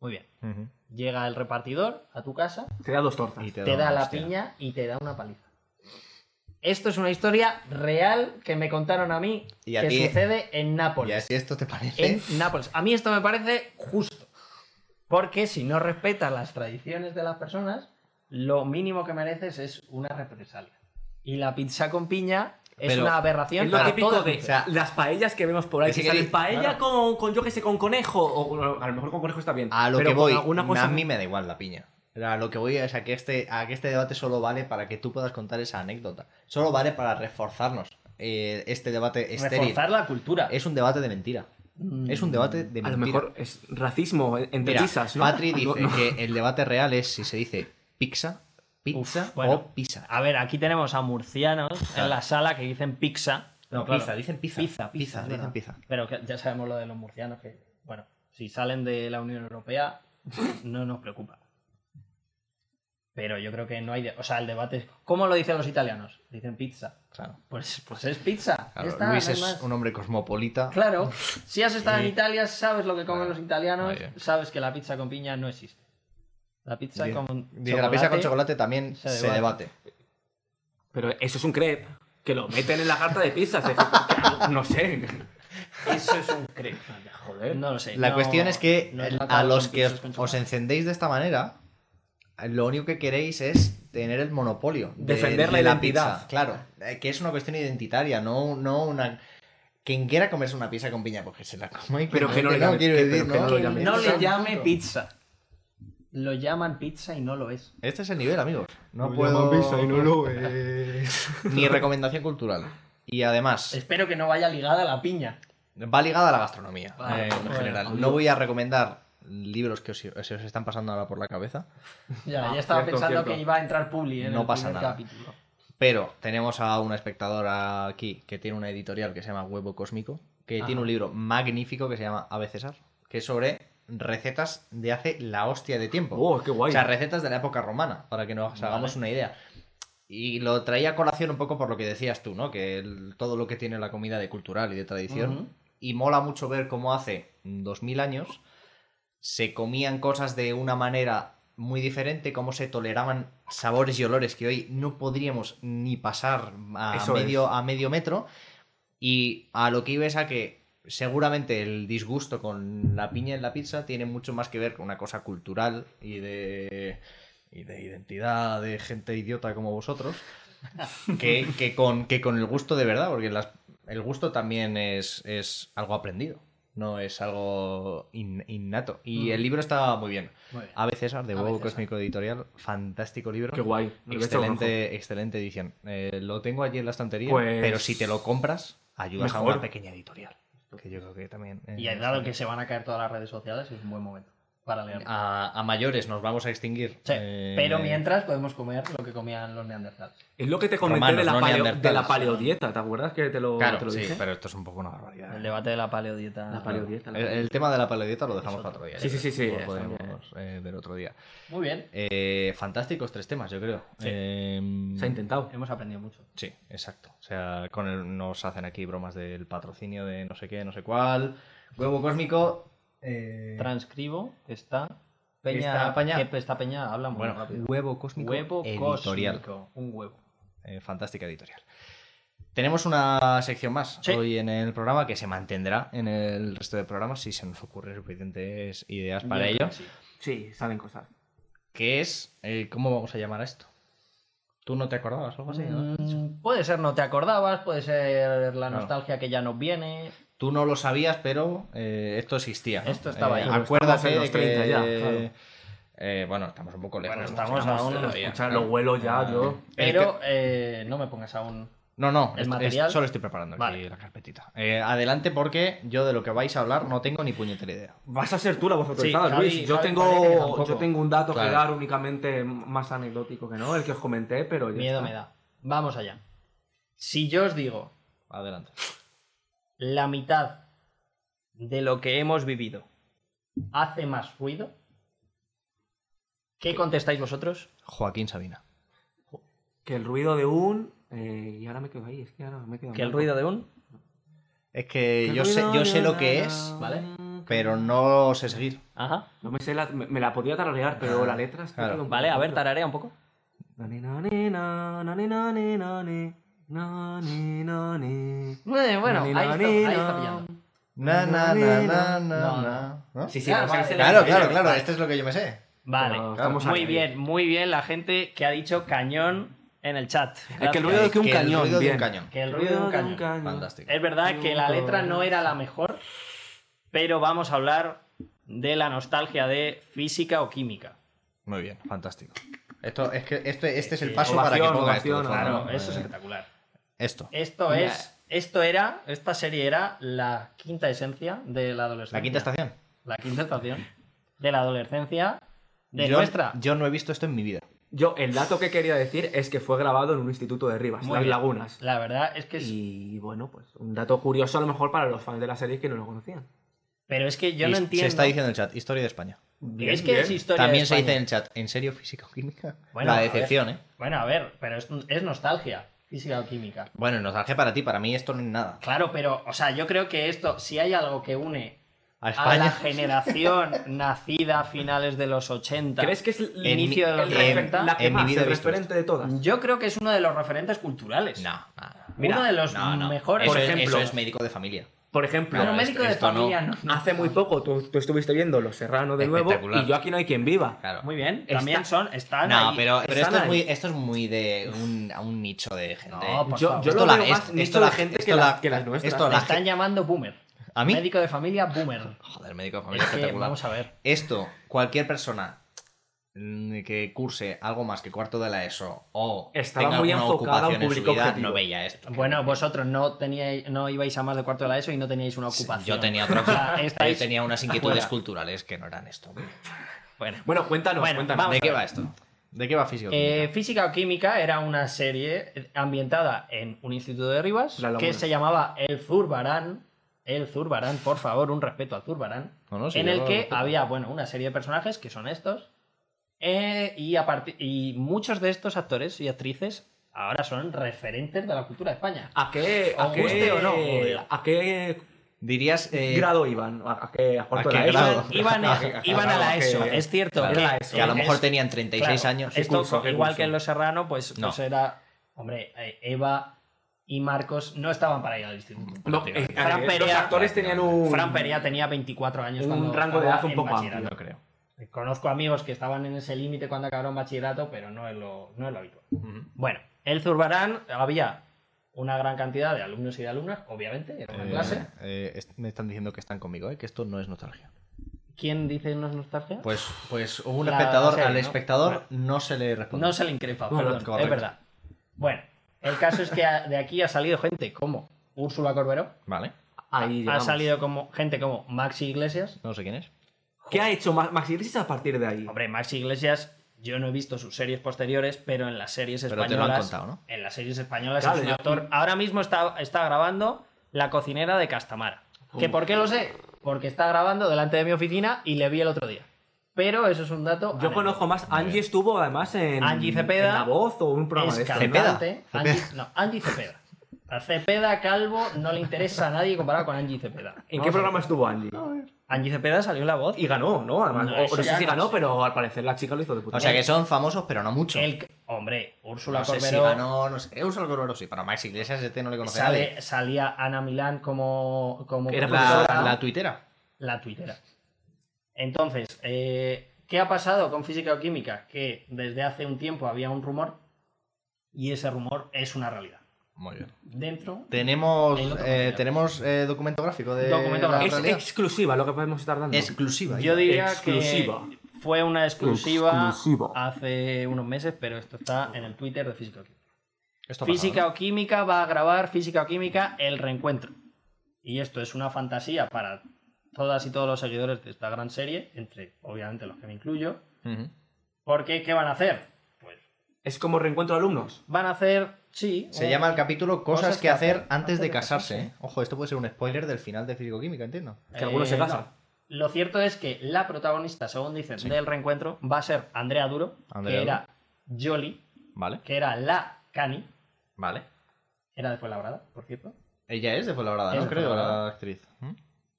S2: Muy bien. Llega el repartidor a tu casa,
S3: Te da dos tortas.
S1: Y
S2: te da
S1: una
S2: la
S1: hostia.
S2: piña y te da una paliza. Esto es una historia real que me contaron a mí
S1: Y a
S2: que
S1: ti-
S2: sucede
S3: pues,
S2: en
S1: Ya,
S2: Nápoles.
S1: si esto te parece.
S2: En Nápoles. A mí esto me parece justo. Porque si no respetas las tradiciones de las personas, lo mínimo que mereces es una represalia. Y la pizza con piña es
S1: Pero
S2: una aberración.
S3: Es lo
S2: para
S3: típico
S2: toda
S3: de
S2: mujer.
S1: sea,
S3: las paellas que vemos por ahí.
S1: Ese
S3: Que
S1: que
S3: salen
S1: dice,
S3: paella
S1: claro.
S3: con, con, yo que sé, con conejo. O, o a lo mejor con conejo está bien.
S1: A lo
S3: pero
S1: que
S3: con
S1: voy,
S3: alguna cosa-
S1: a mí me da igual la piña. A lo que voy es a que, este, a que este debate solo vale para que tú puedas contar esa anécdota. Solo vale para reforzarnos eh, este debate estéril.
S2: Reforzar la cultura.
S1: Es un debate de mentira. Es un debate de mentira.
S3: A lo mejor es racismo entre
S1: Mira,
S3: risas, ¿no?
S1: Patri dice
S3: No, no.
S1: que el debate real es si se dice pizza, pizza
S2: Uf, bueno.
S1: o pizza.
S2: A ver, aquí tenemos a murcianos en la sala que dicen pizza.
S1: No,
S2: Claro.
S1: pizza, dicen pizza.
S2: Pizza, pizza,
S1: Pizza,
S2: es
S1: dicen
S2: verdad.
S1: pizza.
S2: Pero que ya sabemos lo de los murcianos que, bueno, si salen de la Unión Europea, no nos preocupa. Pero yo creo que no hay... de- O sea, el debate es... ¿Cómo lo dicen los italianos? Dicen pizza.
S1: Claro.
S2: Pues, pues es pizza. Ya
S1: Claro,
S2: está,
S1: Luis
S2: no hay
S1: es
S2: más.
S1: un hombre cosmopolita.
S2: Claro, si has estado en
S1: Sí.
S2: Italia, sabes lo que comen
S1: Vale,
S2: los italianos,
S1: muy bien.
S2: sabes que la pizza con piña no existe. La pizza
S1: Dice-
S2: con
S1: Dice que la pizza con
S2: chocolate-
S1: chocolate también
S2: se
S1: se,
S2: debate.
S1: debate.
S3: Pero eso es un crepe. Que lo meten en la carta de pizzas. es decir, no sé.
S2: Eso es un crepe.
S3: Joder.
S2: No lo sé.
S1: La
S2: no-
S1: cuestión es que
S2: no he
S1: el- a
S2: tratado
S1: los
S2: con
S1: que
S2: pizzas
S1: os,
S2: con
S1: os
S2: chocolate.
S1: encendéis de esta manera, lo único que queréis es tener el monopolio. de-
S3: Defender
S1: de
S3: la identidad.
S1: pizza, claro, Eh, que es una cuestión identitaria, no, no una... Quien quiera comerse una pizza con piña, pues que se la coma y
S3: Pero que no le llamen-
S1: quiero
S3: que-
S1: decir,
S3: pero que
S1: ¿no?
S3: no lo llamen.
S2: No le
S1: Exacto.
S2: llame pizza. Lo llaman pizza y no lo es.
S1: Este es el nivel, amigos. No puedo...
S3: lo
S1: Mi recomendación cultural. Y además,
S2: Espero que no vaya ligada a la piña.
S1: va ligada a la gastronomía
S2: Vale,
S1: eh, en
S2: bueno,
S1: general.
S3: obvio.
S1: No voy a recomendar libros que os- se os están pasando ahora por la cabeza.
S2: Ya,
S3: Ah,
S2: ya estaba
S3: cierto,
S2: pensando
S3: cierto.
S2: que iba a entrar Publi en
S1: No
S2: el
S1: pasa
S2: primer
S1: nada.
S2: capítulo.
S1: Pero tenemos a una espectadora aquí que tiene una editorial que se llama Huevo Cósmico, que
S2: Ajá.
S1: tiene un libro magnífico que se llama Ave César, que es sobre recetas de hace la hostia de tiempo.
S3: Oh, qué
S1: o
S3: guay.
S1: sea, recetas de la época romana, para que nos hagamos
S2: Vale.
S1: una idea. Y lo traía a colación un poco por lo que decías tú, ¿no? Que el- todo lo que tiene la comida de cultural y de tradición.
S2: Ujú.
S1: Y mola mucho ver cómo hace 2000 años se comían cosas de una manera muy diferente, cómo se toleraban sabores y olores que hoy no podríamos ni pasar a,
S3: Eso
S1: medio,
S3: es.
S1: a medio metro. Y a lo que iba es a que seguramente el disgusto con la piña en la pizza tiene mucho más que ver con una cosa cultural y de, y de identidad de gente idiota como vosotros que, que con, que con el gusto de verdad, porque las- el gusto también es, es algo aprendido, no es algo in- innato. Y el libro está muy bien.
S2: Muy bien.
S1: Ave César, de
S2: Ave
S1: Huevo
S2: César.
S1: Cósmico Editorial, fantástico libro.
S3: Qué guay. Me lo he echado un ojo.
S1: Excelente, excelente edición. Eh, lo tengo allí en la estantería,
S3: Pues-
S1: pero si te lo compras, ayudas a
S3: Mejor.
S1: una pequeña editorial. Que yo creo que también. eh,
S2: Y dado que se van a caer todas las redes sociales, es un buen momento para leerlo.
S1: a, a mayores nos vamos a extinguir.
S2: Sí,
S1: Ah, Eh,
S2: Pero mientras podemos comer lo que comían los neandertales.
S3: Es lo que te comenté
S1: Romanos,
S3: de, la
S1: no
S3: paleo-
S1: neandertales.
S3: de la paleodieta, ¿te acuerdas que te lo,
S1: Claro,
S3: te lo
S1: sí,
S3: dije?
S1: pero esto es un poco una barbaridad. ¿eh?
S2: El debate de la paleodieta.
S3: La paleodieta.
S1: El,
S3: la paleodieta.
S1: el tema de la paleodieta lo dejamos para otro día.
S3: Sí, sí, sí, sí,
S1: Lo
S3: está
S1: podemos eh, ver otro día.
S2: Muy bien.
S1: Eh, fantásticos tres temas, yo creo.
S2: Sí.
S1: Eh,
S3: Se ha intentado.
S2: Hemos aprendido mucho.
S1: Sí, exacto. O sea, con el- nos hacen aquí bromas del patrocinio de no sé qué, no sé cuál. Huevo cósmico. eh,
S2: Transcribo que está. Peña,
S1: Está Peña.
S2: que Está peña, habla muy
S1: bueno,
S2: rápido.
S1: huevo cósmico.
S2: Huevo
S1: editorial.
S2: cósmico. Un huevo.
S1: Eh, fantástica editorial. Tenemos una sección más
S2: Sí.
S1: hoy en el programa que se mantendrá en el resto de programas si se nos ocurren suficientes ideas para
S2: Yo
S1: ello.
S2: creo que sí.
S3: Sí, salen cosas.
S1: que es eh, ¿cómo vamos a llamar a esto? ¿Tú no te acordabas o algo así? no?
S2: Mm, Puede ser no te acordabas, puede ser la
S1: Claro.
S2: nostalgia que ya nos viene.
S1: Tú no lo sabías, pero eh, esto existía. ¿no?
S2: Esto estaba ahí.
S3: Pero estamos
S1: Acuérdate
S3: en los
S1: de
S3: 30
S1: que-
S3: ya, claro.
S1: eh, bueno, estamos un poco lejos.
S2: Bueno,
S1: ¿no?
S2: estamos aún en los
S1: todavía.
S3: Escuchar, lo huelo ya, yo.
S2: Pero eh, no me pongas aún.
S1: No, no, esto-
S2: el
S1: es-
S2: material-
S1: solo estoy preparando aquí
S2: Vale.
S1: la carpetita. Eh, adelante porque yo de lo que vais a hablar no tengo ni puñetera idea.
S3: Vas a ser tú la voz autorizada,
S2: Sí,
S3: Luis.
S2: Javi-
S3: yo,
S2: Javi parece que
S3: tengo,
S2: tampoco.
S3: yo tengo un dato
S1: Claro.
S3: que dar únicamente más anecdótico que no, el que os comenté, pero ya
S2: Miedo
S3: está.
S2: me da. Vamos allá. Si yo os digo
S1: Adelante.
S2: la mitad de lo que hemos vivido hace más ruido, ¿qué contestáis vosotros?
S1: Joaquín Sabina.
S3: Que el ruido de un... eh, y ahora me quedo ahí, es que ahora me quedo...
S2: ¿Que el ruido de un?
S1: Es que yo sé, yo sé lo que es,
S2: ¿vale?
S1: pero no sé seguir.
S2: Ajá.
S3: No me sé la... Me, me la podía tararear,
S2: Ah,
S3: pero la letra está...
S1: Claro.
S2: Vale, a ver, tararea un poco.
S3: tararea. No, ni, no, ni.
S2: Eh, Bueno, ahí
S3: Ni, no,
S2: está,
S3: ni,
S2: ahí
S3: no.
S2: está pillando.
S6: Na, na, na, na, na, na. ¿No?
S3: Sí, sí,
S2: Ah,
S3: o sea,
S2: vale.
S3: es el-
S1: Claro, claro, claro. Este es lo que yo me sé.
S2: Vale,
S3: Pero estamos
S2: muy
S3: ahí.
S2: bien, muy bien la gente que ha dicho cañón en el chat.
S3: Es que el ruido
S2: Gracias.
S3: es que un
S1: el
S3: cañón.
S1: ruido de
S3: bien.
S1: un cañón.
S2: Que el ruido de un cañón.
S1: Fantástico.
S2: Es verdad que la letra no era la mejor, pero vamos a hablar de la nostalgia de física o química.
S1: Muy bien, fantástico.
S6: Esto, es que este, este es el
S2: Sí,
S6: paso para que
S3: ovación,
S6: ponga esto. de
S3: ovación,
S6: fondo,
S2: Claro,
S6: ¿no?
S2: eso es
S6: Eh,
S2: espectacular.
S1: Esto.
S2: Esto
S3: Mira.
S2: es, esto era, esta serie era la quinta esencia de la adolescencia.
S1: La quinta estación.
S2: La quinta estación de la adolescencia de
S1: yo,
S2: nuestra.
S1: Yo no he visto esto en mi vida.
S3: Yo, el dato que quería decir es que fue grabado en un instituto de Rivas,
S2: Muy
S3: Las
S2: bien.
S3: Lagunas.
S2: La verdad es que es-
S3: Y bueno, pues un dato curioso a lo mejor para los fans de la serie que no lo conocían.
S2: pero es que yo
S1: Y
S2: no
S1: Se
S2: entiendo.
S1: está diciendo en el chat, historia de España.
S3: Bien,
S2: es que
S3: bien.
S2: es historia
S1: También
S2: de
S1: se dice
S2: España.
S1: en el chat, ¿en serio físico-química?
S2: Bueno, a
S1: la
S2: ver.
S1: decepción, ¿eh?
S2: Bueno, a ver, pero es, es nostalgia, física o química.
S1: Bueno, nostalgia para ti, para mí esto no es nada.
S2: Claro, pero, o sea, yo creo que esto, si hay algo que une
S1: A
S2: a la
S1: España.
S2: generación nacida a finales de los 80,
S3: ¿Crees que es el
S1: En
S2: inicio de
S3: el
S2: los
S1: en-
S3: refer-
S2: 90,
S3: la que
S1: en mi
S3: más,
S1: vida
S3: el
S1: he visto Mm.
S3: referente de todas?
S2: yo creo que es uno de los referentes culturales.
S1: No, no.
S3: Mira,
S2: uno de los
S1: no, no.
S2: mejores.
S1: Eso
S3: Por
S1: es-
S3: ejemplo-
S1: eso es médico de familia.
S3: Por ejemplo,
S2: Pero
S1: no,
S2: médico
S1: esto-
S2: de
S1: esto no.
S2: familia no.
S3: hace muy poco tú, tú estuviste viendo Los Serrano de nuevo
S1: Espectacular.
S3: y yo aquí no hay quien viva.
S1: Claro.
S2: Muy bien, también
S3: Está-
S2: son, están
S1: No,
S2: ahí.
S1: pero, pero
S3: están
S1: esto, es
S3: ahí.
S1: muy, esto es muy de un, a un nicho de gente.
S2: No, por
S3: Yo,
S2: favor.
S3: yo
S1: Esto
S3: lo
S1: la-
S3: veo más
S1: es-
S3: nicho
S1: esto
S3: de
S1: la-
S3: gente
S1: esto
S3: que, la-
S1: la-
S3: que las nuestras.
S1: esto
S2: Me
S1: la-
S2: están llamando boomer.
S1: ¿A mí?
S2: Médico de familia boomer.
S1: Joder, médico de familia
S2: Es que,
S1: espectacular.
S2: vamos a ver.
S1: Esto, cualquier persona mm, que curse algo más que cuarto de la ESO o
S3: Estaba
S1: tenga
S3: muy
S1: alguna
S3: enfocada a un
S1: ocupación en su
S3: público
S1: vida,
S3: objetivo.
S1: no veía esto.
S2: Bueno, vosotros no teníais, no ibais a más de cuarto de la ESO y no teníais una ocupación.
S1: yo tenía otra
S2: O sea, estáis-
S1: yo tenía unas inquietudes
S2: fuera.
S1: culturales que no eran esto.
S2: Bueno,
S3: Bueno, cuéntanos,
S2: Bueno,
S3: cuéntanos.
S2: vamos
S1: ¿De
S2: a
S1: qué
S2: ver.
S1: va esto? ¿De qué va físico?
S2: eh, Física o Química era una serie ambientada en un instituto de Rivas
S3: La Laguna.
S2: que se llamaba El Zurbarán. El Zurbarán, por favor, un respeto al Zurbarán.
S1: No, no, sí,
S2: en
S1: yo
S2: el
S1: lo
S2: que
S1: respeto.
S2: había, bueno, una serie de personajes que son estos. eh, y, a parti- y muchos de estos actores y actrices ahora son referentes de la cultura de España.
S3: ¿A qué, a
S2: Os
S3: qué- eh,
S2: guste o no, joder.
S3: ¿A qué
S1: Dirías eh,
S3: grado iban? ¿A, a qué, a cuarto
S1: ¿a
S3: de la
S1: qué
S3: ESO?
S1: grado?
S2: Iban,
S3: ¿A qué- a qué
S2: iban a
S3: grado?
S2: la
S3: ¿A qué-
S2: ESO, es cierto.
S1: claro,
S2: que-
S1: que a lo
S2: es-
S1: mejor tenían 36
S2: claro,
S1: años.
S2: Esto,
S3: curso, qué
S2: igual
S3: curso.
S2: que en Los Serrano, pues,
S1: No.
S2: pues era. Hombre, eh, Eva y Marcos no estaban para ir al instituto.
S3: No, eh, a
S2: Fran
S3: ver, los
S2: Perea-
S3: actores tenían un.
S2: Fran Perea tenía 24 años.
S3: Un
S2: cuando
S3: rango de
S2: estaba
S3: edad un
S2: en
S3: poco amplio.
S2: bachillerato.
S1: No creo.
S2: Conozco amigos que estaban en ese límite cuando acabaron bachillerato, pero no es lo, no es lo habitual. Bueno, el Zurbarán había una gran cantidad de alumnos y de alumnas, obviamente, era una
S1: Eh,
S2: clase.
S1: eh, est- me están diciendo que están conmigo, eh, que esto no es nostalgia.
S2: ¿Quién dice no es nostalgia?
S1: Pues, pues hubo un
S2: La
S1: espectador,
S2: serie,
S1: al
S2: ¿no?
S1: espectador no se le respondió.
S2: No se le increpa,
S3: Bueno,
S2: perdón, es
S1: pues, correcto.
S2: verdad. Bueno, el caso es que a- de aquí ha salido gente como Úrsula Corberó,
S1: Vale,
S3: Ahí
S2: ha
S3: llegamos.
S2: salido como gente como Maxi Iglesias.
S1: no sé quién es.
S3: ¿Qué ha hecho Ma- Maxi Iglesias a partir de ahí?
S2: Hombre, Maxi Iglesias, yo no he visto sus series posteriores, pero en las series
S1: Pero
S2: españolas.
S1: te lo han contado, ¿no?
S2: En las series españolas
S3: Claro,
S2: es un
S3: yo-
S2: actor. Ahora mismo está, está grabando La cocinera de Castamara. ¿Que por qué lo sé? Porque está grabando delante de mi oficina y le vi el otro día. Pero eso es un dato.
S3: Yo
S2: anecdótico.
S3: conozco más. Angie estuvo además en.
S2: Angie Cepeda.
S3: en La Voz o un programa
S2: es
S3: de este. estos.
S2: calmante. Angie, no, Angie Cepeda. A Cepeda Calvo no le interesa a nadie comparado con Angie Cepeda.
S3: ¿En
S2: Vamos
S3: qué
S2: a
S3: programa
S2: ver.
S3: estuvo Angie?
S2: Angie Cepeda salió en la voz.
S3: Y ganó, ¿no? Además,
S2: No,
S3: o- o
S2: eso
S3: no
S2: ya
S3: sé si
S2: no
S3: ganó,
S2: sé.
S3: pero al parecer la chica lo hizo de puta
S1: O sea
S3: madre.
S1: que son famosos, pero no mucho.
S2: El- hombre, Úrsula
S1: no sé si
S2: Corberó
S1: ganó, no sé. Úrsula Corberó sí, pero Max Iglesias este no le conoce a
S2: sale-
S1: nadie.
S2: salía Ana Milán como, como
S3: Era
S1: La,
S3: profesora.
S1: la tuitera.
S2: la tuitera. Entonces, eh, ¿qué ha pasado con física o química? Que desde hace un tiempo había un rumor y ese rumor es una realidad.
S1: Muy bien.
S2: Dentro
S1: Tenemos,
S2: Ahí lo tengo,
S1: eh,
S2: ya.
S1: tenemos eh, documento gráfico de
S2: Documento
S1: la
S3: Es
S2: gráfico.
S1: realidad.
S3: exclusiva lo que podemos estar dando.
S1: exclusiva.
S2: Yo diría
S3: Exclusiva.
S2: que fue una exclusiva Ah.
S3: Exclusiva.
S2: hace unos meses, pero esto está en el Twitter de Física o Química.
S1: Esto ha pasado,
S2: Física
S1: ¿no?
S2: o Química va a grabar Física o Química el reencuentro. Y esto es una fantasía para todas y todos los seguidores de esta gran serie, entre obviamente los que me incluyo.
S1: Ujú.
S2: Porque, ¿qué van a hacer? Pues
S3: Es como reencuentro de alumnos.
S2: van a hacer, sí.
S1: Se
S2: un-
S1: llama el capítulo Cosas,
S2: Cosas
S1: que hacer antes de
S2: casarse.
S1: casarse. ¿eh? Ojo, esto puede ser un spoiler del final de Físico-Química, entiendo.
S3: Que algunos se
S2: Eh, no.
S3: casan.
S2: Lo cierto es que la protagonista, según dicen, del reencuentro va a ser Andrea Duro,
S1: Andrea
S2: que
S1: Duro.
S2: era Jolly,
S1: Vale,
S2: que era la Cani,
S1: vale.
S2: era de Fuenlabrada, por cierto.
S1: Ella es de Fuenlabrada,
S2: Es
S1: ¿no?
S2: de
S1: Creo,
S2: Fuenlabrada.
S1: la actriz. ¿Mm?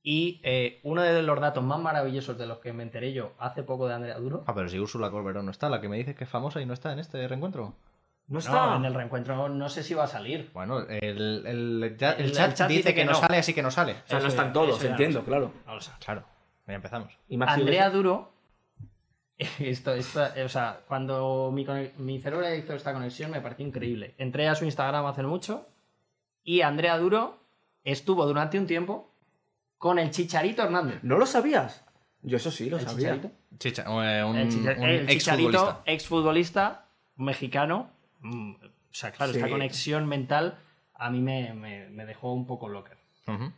S2: Y eh, uno de los datos más maravillosos de los que me enteré yo hace poco de Andrea Duro,
S1: Ah, pero si Úrsula Corberó no está, la que me dices que es famosa y no está en este reencuentro.
S3: No está.
S2: No, en el reencuentro no sé si va a salir.
S1: Bueno, el, el ya- el
S2: El-
S1: chat,
S2: el chat
S1: dice, que, no sale, así que no sale.
S3: O sea,
S2: Eso
S3: no están
S2: ya,
S3: todos,
S2: eso ya
S3: entiendo, claro.
S2: No lo sé.
S1: Claro, ya empezamos.
S3: Y Maxi
S2: Andrea Duro. Esto, esto, eh, o sea, cuando mi, cone- mi cerebro hizo esta conexión me pareció increíble. Entré a su Instagram hace no mucho y Andrea Duro estuvo durante un tiempo con el Chicharito Hernández.
S3: ¿No lo sabías? Yo eso sí lo
S2: ¿El
S3: sabía.
S2: Chicharito?
S1: Chicha, eh, un,
S2: el, Chicha-
S1: un
S2: el Chicharito,
S1: exfutbolista.
S2: exfutbolista mexicano. Mm, O sea, claro,
S3: Sí.
S2: esta conexión mental a mí me, me- me dejó un poco loca.
S1: Ujú.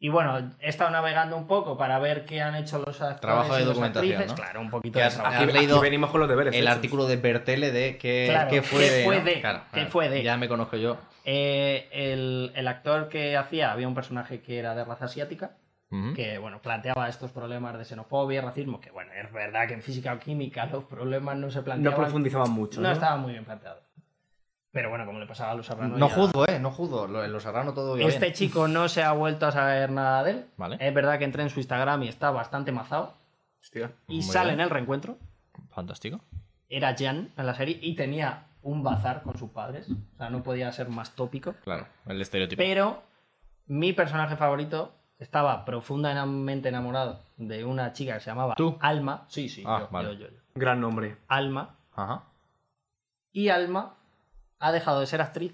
S2: Y bueno, he estado navegando un poco para ver qué han hecho los actores.
S1: Trabajo de
S2: y las
S1: documentación,
S2: actrices.
S1: ¿no?
S2: Claro, un poquito
S1: Que
S2: de
S1: has-
S2: trabajo.
S1: has
S3: Aquí,
S1: leído
S3: aquí venimos con los deberes.
S1: El
S3: hechos.
S1: artículo de Bertele de que,
S2: Claro,
S1: que fue
S2: ¿qué
S1: de.
S2: fue
S1: ¿no?
S2: de?
S1: Claro,
S2: ¿Qué
S1: claro.
S2: fue de?
S1: Ya me conozco yo.
S2: Eh, el, el actor que hacía, había un personaje que era de raza asiática,
S1: Ujú.
S2: que bueno, planteaba estos problemas de xenofobia, racismo, que bueno, es verdad que en física o química los problemas no se
S3: No
S2: planteaban.
S3: profundizaban mucho.
S2: no,
S3: No,
S2: estaba muy bien planteado. Pero bueno, como le pasaba a los Serrano
S1: No
S2: ya-
S1: juzgo, eh, no juzgo. Lo, lo serrano todo iba
S2: Este
S1: bien.
S2: chico no se ha vuelto a saber nada de él.
S1: Vale.
S2: Es verdad que entré en su Instagram y está bastante mazado.
S3: Hostia.
S2: Y
S1: Muy
S2: sale
S1: bien.
S2: en el reencuentro.
S1: Fantástico.
S2: Era Jan en la serie y tenía un bazar con sus padres. O sea, no podía ser más tópico.
S1: Claro, el estereotipo.
S2: Pero mi personaje favorito estaba profundamente enamorado de una chica que se llamaba
S1: ¿Tú?
S2: Alma. Sí, sí,
S1: Ah,
S2: yo,
S1: vale.
S2: yo, yo, yo.
S3: Gran nombre.
S2: Alma.
S1: Ajá.
S2: Y Alma ha dejado de ser actriz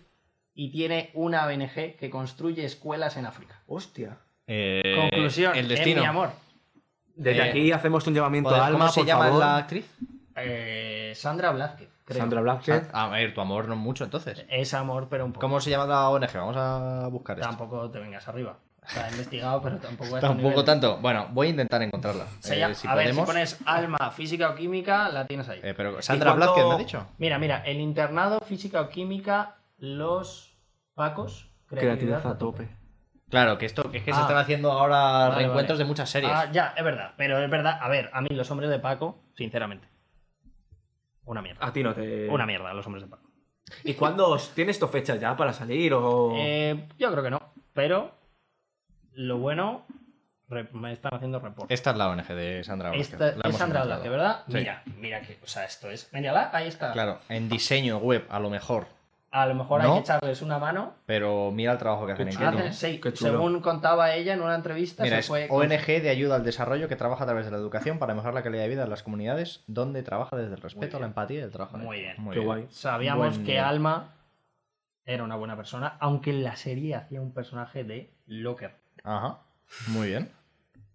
S2: y tiene una ONG que construye escuelas en África.
S3: Hostia.
S1: Eh,
S2: Conclusión,
S1: El
S2: es
S1: destino.
S2: mi amor.
S3: Desde
S1: Eh,
S3: aquí hacemos un llamamiento
S1: Joder,
S3: a Alma,
S1: ¿Cómo se
S3: por
S1: llama
S3: favor.
S1: la actriz?
S2: Eh, Sandra Blázquez, creo.
S3: Sandra Blázquez.
S1: Ah, A ver, tu amor no mucho entonces.
S2: Es amor, pero un poco.
S1: ¿Cómo se llama la ONG? Vamos a buscar esto.
S2: Tampoco te vengas arriba. O sea, he investigado, pero tampoco a este
S1: Tampoco
S2: nivel.
S1: tanto. Bueno, voy a intentar encontrarla.
S2: Se
S1: Eh,
S2: llama-
S1: si
S2: a ver, si
S1: podemos.
S2: pones alma, física o química, la tienes ahí.
S1: Eh, pero Sandra
S3: cuánto-
S1: Blázquez me ha dicho.
S2: Mira, mira, el internado física o química, los pacos,
S3: Creatividad a tope.
S1: Claro, que esto es que se
S2: Ah.
S1: están haciendo ahora
S2: vale.
S1: reencuentros de muchas series.
S2: Ah, ya, es verdad, pero es verdad, a ver, a mí los hombres de Paco, sinceramente, una
S1: Ah,
S2: mierda.
S3: A ti no te.
S1: eh.
S2: Una mierda, los hombres de Paco.
S3: ¿Y cuándo os- tienes tu fecha ya para salir
S1: Oh.
S3: o.?
S2: Eh, yo creo que no, pero lo bueno, re- me están haciendo reporte.
S1: Esta es la ONG de Sandra Blázquez.
S2: Esta
S1: La hemos
S2: es Sandra
S1: encontrado.
S2: Blázquez, ¿verdad?
S1: Sí.
S2: Mira, mira que, o sea, esto es. Mírala, ahí está.
S1: Claro, en diseño web a lo mejor,
S2: A lo mejor
S1: No.
S2: hay que echarles una mano.
S1: pero mira el trabajo que hacen en
S3: chulo.
S1: Kenia.
S2: Hace- sí,
S3: qué chulo.
S2: según contaba ella en una entrevista,
S1: Mira,
S2: se
S1: es
S2: fue.
S1: ONG de ayuda al desarrollo que trabaja a través de la educación para mejorar la calidad de vida de las comunidades donde trabaja desde el respeto,
S2: bien.
S1: la empatía y el trabajo. en
S2: Muy
S1: equipo.
S2: bien.
S3: Qué guay.
S2: Sabíamos
S1: Buen-
S2: que Alma era una buena persona, aunque en la serie hacía un personaje de Locker.
S1: Ajá. Muy bien.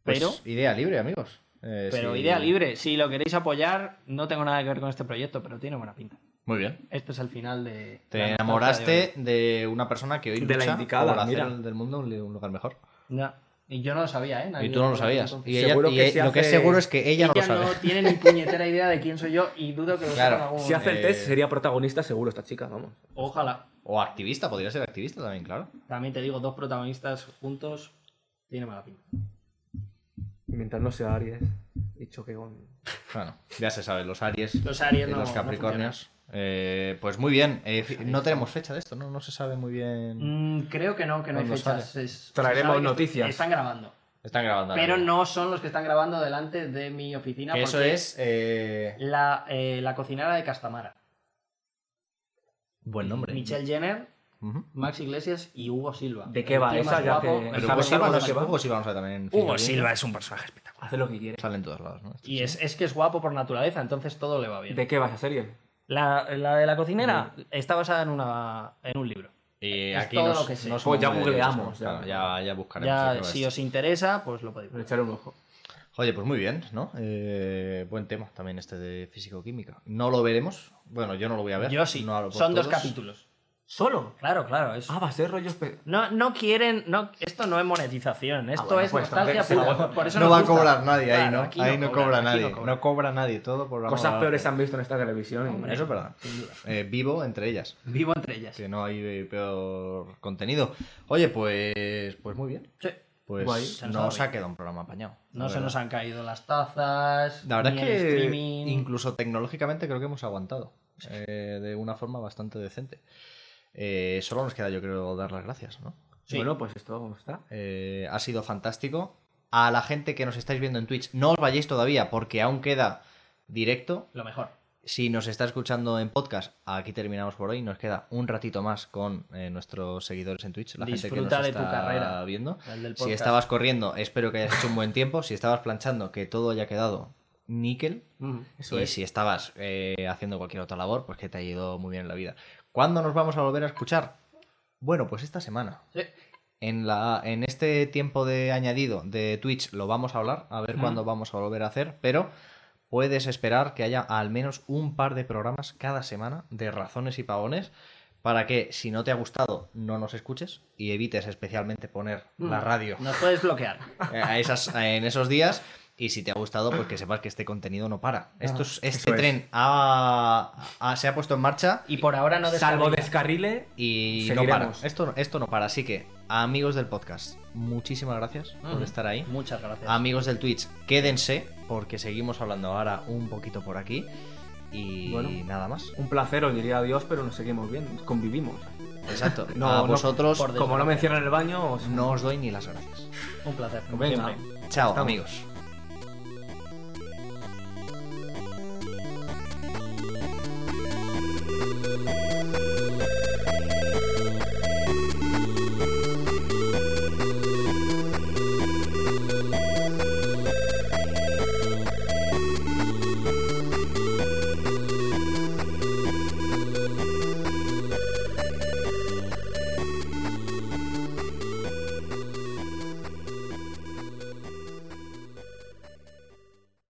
S1: Pues,
S2: Pero,
S1: idea libre, amigos. Eh,
S2: pero
S1: sí.
S2: idea libre. Si lo queréis apoyar, no tengo nada que ver con este proyecto, pero tiene buena pinta.
S1: Muy bien.
S2: Este es el final de. la
S1: Te
S2: nostalgia
S1: enamoraste de una persona que hoy
S3: De la
S1: lucha
S3: indicada,
S1: por hacer
S3: mira.
S1: del mundo un un lugar mejor.
S2: de hoy. Ya. Y yo no lo sabía, ¿eh? Nadie
S1: Y tú no lo
S2: por
S1: sabías.
S2: entonces.
S1: Y ella,
S3: Seguro
S1: y
S3: que
S1: e-
S3: se
S1: lo que es
S3: hace-
S1: seguro es que ella no lo
S2: Ella
S1: sabe.
S2: no tiene ni puñetera idea de quién soy yo y dudo que lo
S1: Claro.
S2: sepa en algún
S3: Si hace el
S1: eh,
S3: test, sería protagonista seguro esta chica, vamos.
S2: Ojalá.
S1: O activista, podría ser activista también, claro.
S2: También te digo, dos protagonistas juntos tiene mala pinta.
S3: Y mientras no sea Aries, dicho que con.
S1: Bueno, ya se sabe, los Aries
S2: Los Aries
S1: y
S2: no-
S1: los
S2: no
S1: Capricornios. Eh, pues muy bien, eh, fi- no tenemos fecha de esto, ¿no? No se sabe muy bien.
S2: Mm, creo que no, que no hay
S1: ¿Cuándo
S2: fechas. Es-
S3: Traeremos
S2: sabe que
S3: noticias.
S2: Están grabando.
S1: Están grabando. ahora
S2: Pero
S1: mismo.
S2: no son los que están grabando delante de mi oficina.
S1: Que eso
S2: porque
S1: es. eh,
S2: La, eh, la cocinera de Castamara.
S1: Buen nombre.
S2: Michelle Jenner,
S1: Ujú.
S2: Max Iglesias y Hugo Silva.
S3: ¿De qué va
S2: El tío
S3: esa?
S2: más
S3: Ya
S2: guapo,
S3: que-
S2: el
S1: Pero
S2: tío
S1: Hugo
S3: ¿Sabes
S2: más
S1: Silva,
S3: algo
S1: no
S2: guapo.
S3: de
S1: sé,
S3: qué va?
S1: Hugo Silva no sabe también. en
S2: Hugo
S1: física,
S2: Silva es un personaje espectacular.
S3: Hace lo que quiere.
S1: Sale en todos lados, ¿no?
S2: Y es, es que es guapo por naturaleza, entonces todo le va bien.
S3: ¿De qué vas a serie?
S2: La, la de la cocinera está basada en, una, en un libro.
S1: Y
S2: Eh, Es
S1: Eh, aquí
S2: todo
S1: nos,
S2: lo que sé.
S1: nos
S3: Pues ya
S1: somos de derechas,
S3: googleamos,
S1: ¿no?
S3: ya.
S1: Claro, ya, ya buscaremos. de qué
S2: Ya,
S1: va
S2: si
S1: esto.
S2: os interesa, pues lo podéis ver.
S3: Le echaré un ojo.
S1: Oye, pues muy bien, ¿no? Eh, buen tema también este de físico-química. No lo veremos. Bueno, yo no lo voy a ver.
S2: Yo sí.
S1: No hablo por
S2: Son dos
S1: todos.
S2: capítulos.
S3: ¿Solo?
S2: Claro, claro. es-
S3: Ah, va a ser rollo. espe-
S2: No, no quieren. No, esto no es
S1: Ah,
S2: monetización. Esto
S3: bueno,
S2: es
S3: pues,
S2: nostalgia
S3: entonces,
S2: pura.
S3: se la-
S2: Por eso
S1: No
S2: nos
S1: va a
S2: gusta.
S1: cobrar nadie ahí,
S2: Claro,
S1: ¿no?
S2: aquí
S1: ahí no cobra
S2: aquí
S1: nadie.
S2: no cobra.
S1: No cobra nadie. Todo por
S3: Cosas peores se han visto en esta televisión.
S2: Hombre.
S1: Eso es verdad. Eh, vivo entre ellas.
S2: Vivo entre ellas.
S1: Que no hay eh, peor contenido. Oye, pues, pues muy bien.
S2: Sí.
S1: Pues
S3: Guay.
S2: Se nos ha
S1: no os ha
S2: oído.
S1: quedado un programa apañado.
S2: No
S1: la
S2: se
S1: verdad.
S2: nos han caído las tazas.
S1: La verdad
S2: ni
S1: es
S2: el
S1: que
S2: streaming.
S1: incluso tecnológicamente creo que hemos aguantado eh, de una forma bastante decente. Eh, solo nos queda, yo creo, dar las gracias, ¿no?
S2: Sí.
S3: Bueno, pues esto está.
S1: Eh, ha sido fantástico. A la gente que nos estáis viendo en Twitch, no os vayáis todavía porque aún queda directo.
S2: Lo mejor.
S1: Si nos está escuchando en podcast, aquí terminamos por hoy. Nos queda un ratito más con eh, nuestros seguidores en Twitch, la gente que
S2: Disfruta
S1: nos
S2: de
S1: está
S2: tu carrera,
S1: viendo.
S2: el del
S1: Si
S2: podcast.
S1: estabas corriendo, espero que hayas hecho un buen tiempo. Si estabas planchando, que todo haya quedado níquel.
S3: Mm, eso
S1: y
S3: es.
S1: si estabas eh, haciendo cualquier otra labor, pues que te ha ido muy bien en la vida. ¿Cuándo nos vamos a volver a escuchar? Bueno, pues esta semana.
S2: Sí.
S1: En, la, en este tiempo de añadido de Twitch lo vamos a hablar, a ver
S2: Ujú.
S1: cuándo vamos a volver a hacer, pero puedes esperar que haya al menos un par de programas cada semana de razones y pavones para que si no te ha gustado no nos escuches y evites especialmente poner la radio
S2: Nos puedes bloquear.
S1: eh, a esas, a- en esos días. Y si te ha gustado, pues que sepas que este contenido no para. Esto es- este
S3: Ah, eso es.
S1: tren ha- ha- se ha puesto en marcha
S2: Y por ahora no
S3: Salvo
S2: descarrila.
S3: descarrile,
S1: y no
S3: Seguiremos.
S1: para. Esto, esto no para. Así que, amigos del podcast, muchísimas gracias por
S2: Ujú.
S1: estar ahí.
S2: Muchas gracias.
S1: Amigos del Twitch, quédense porque seguimos hablando ahora un poquito por aquí. Y
S3: Bueno.
S1: nada más.
S3: un placer, os diría adiós, pero nos seguimos bien, convivimos.
S1: Exacto.
S3: No,
S1: a
S3: no,
S1: vosotros
S2: por
S1: no,
S2: desgracia.
S3: Como no me encierran en el baño, os...
S1: os doy ni las gracias.
S2: Un placer. como
S3: Venga.
S2: siempre.
S1: Chao,
S3: Estamos.
S1: amigos.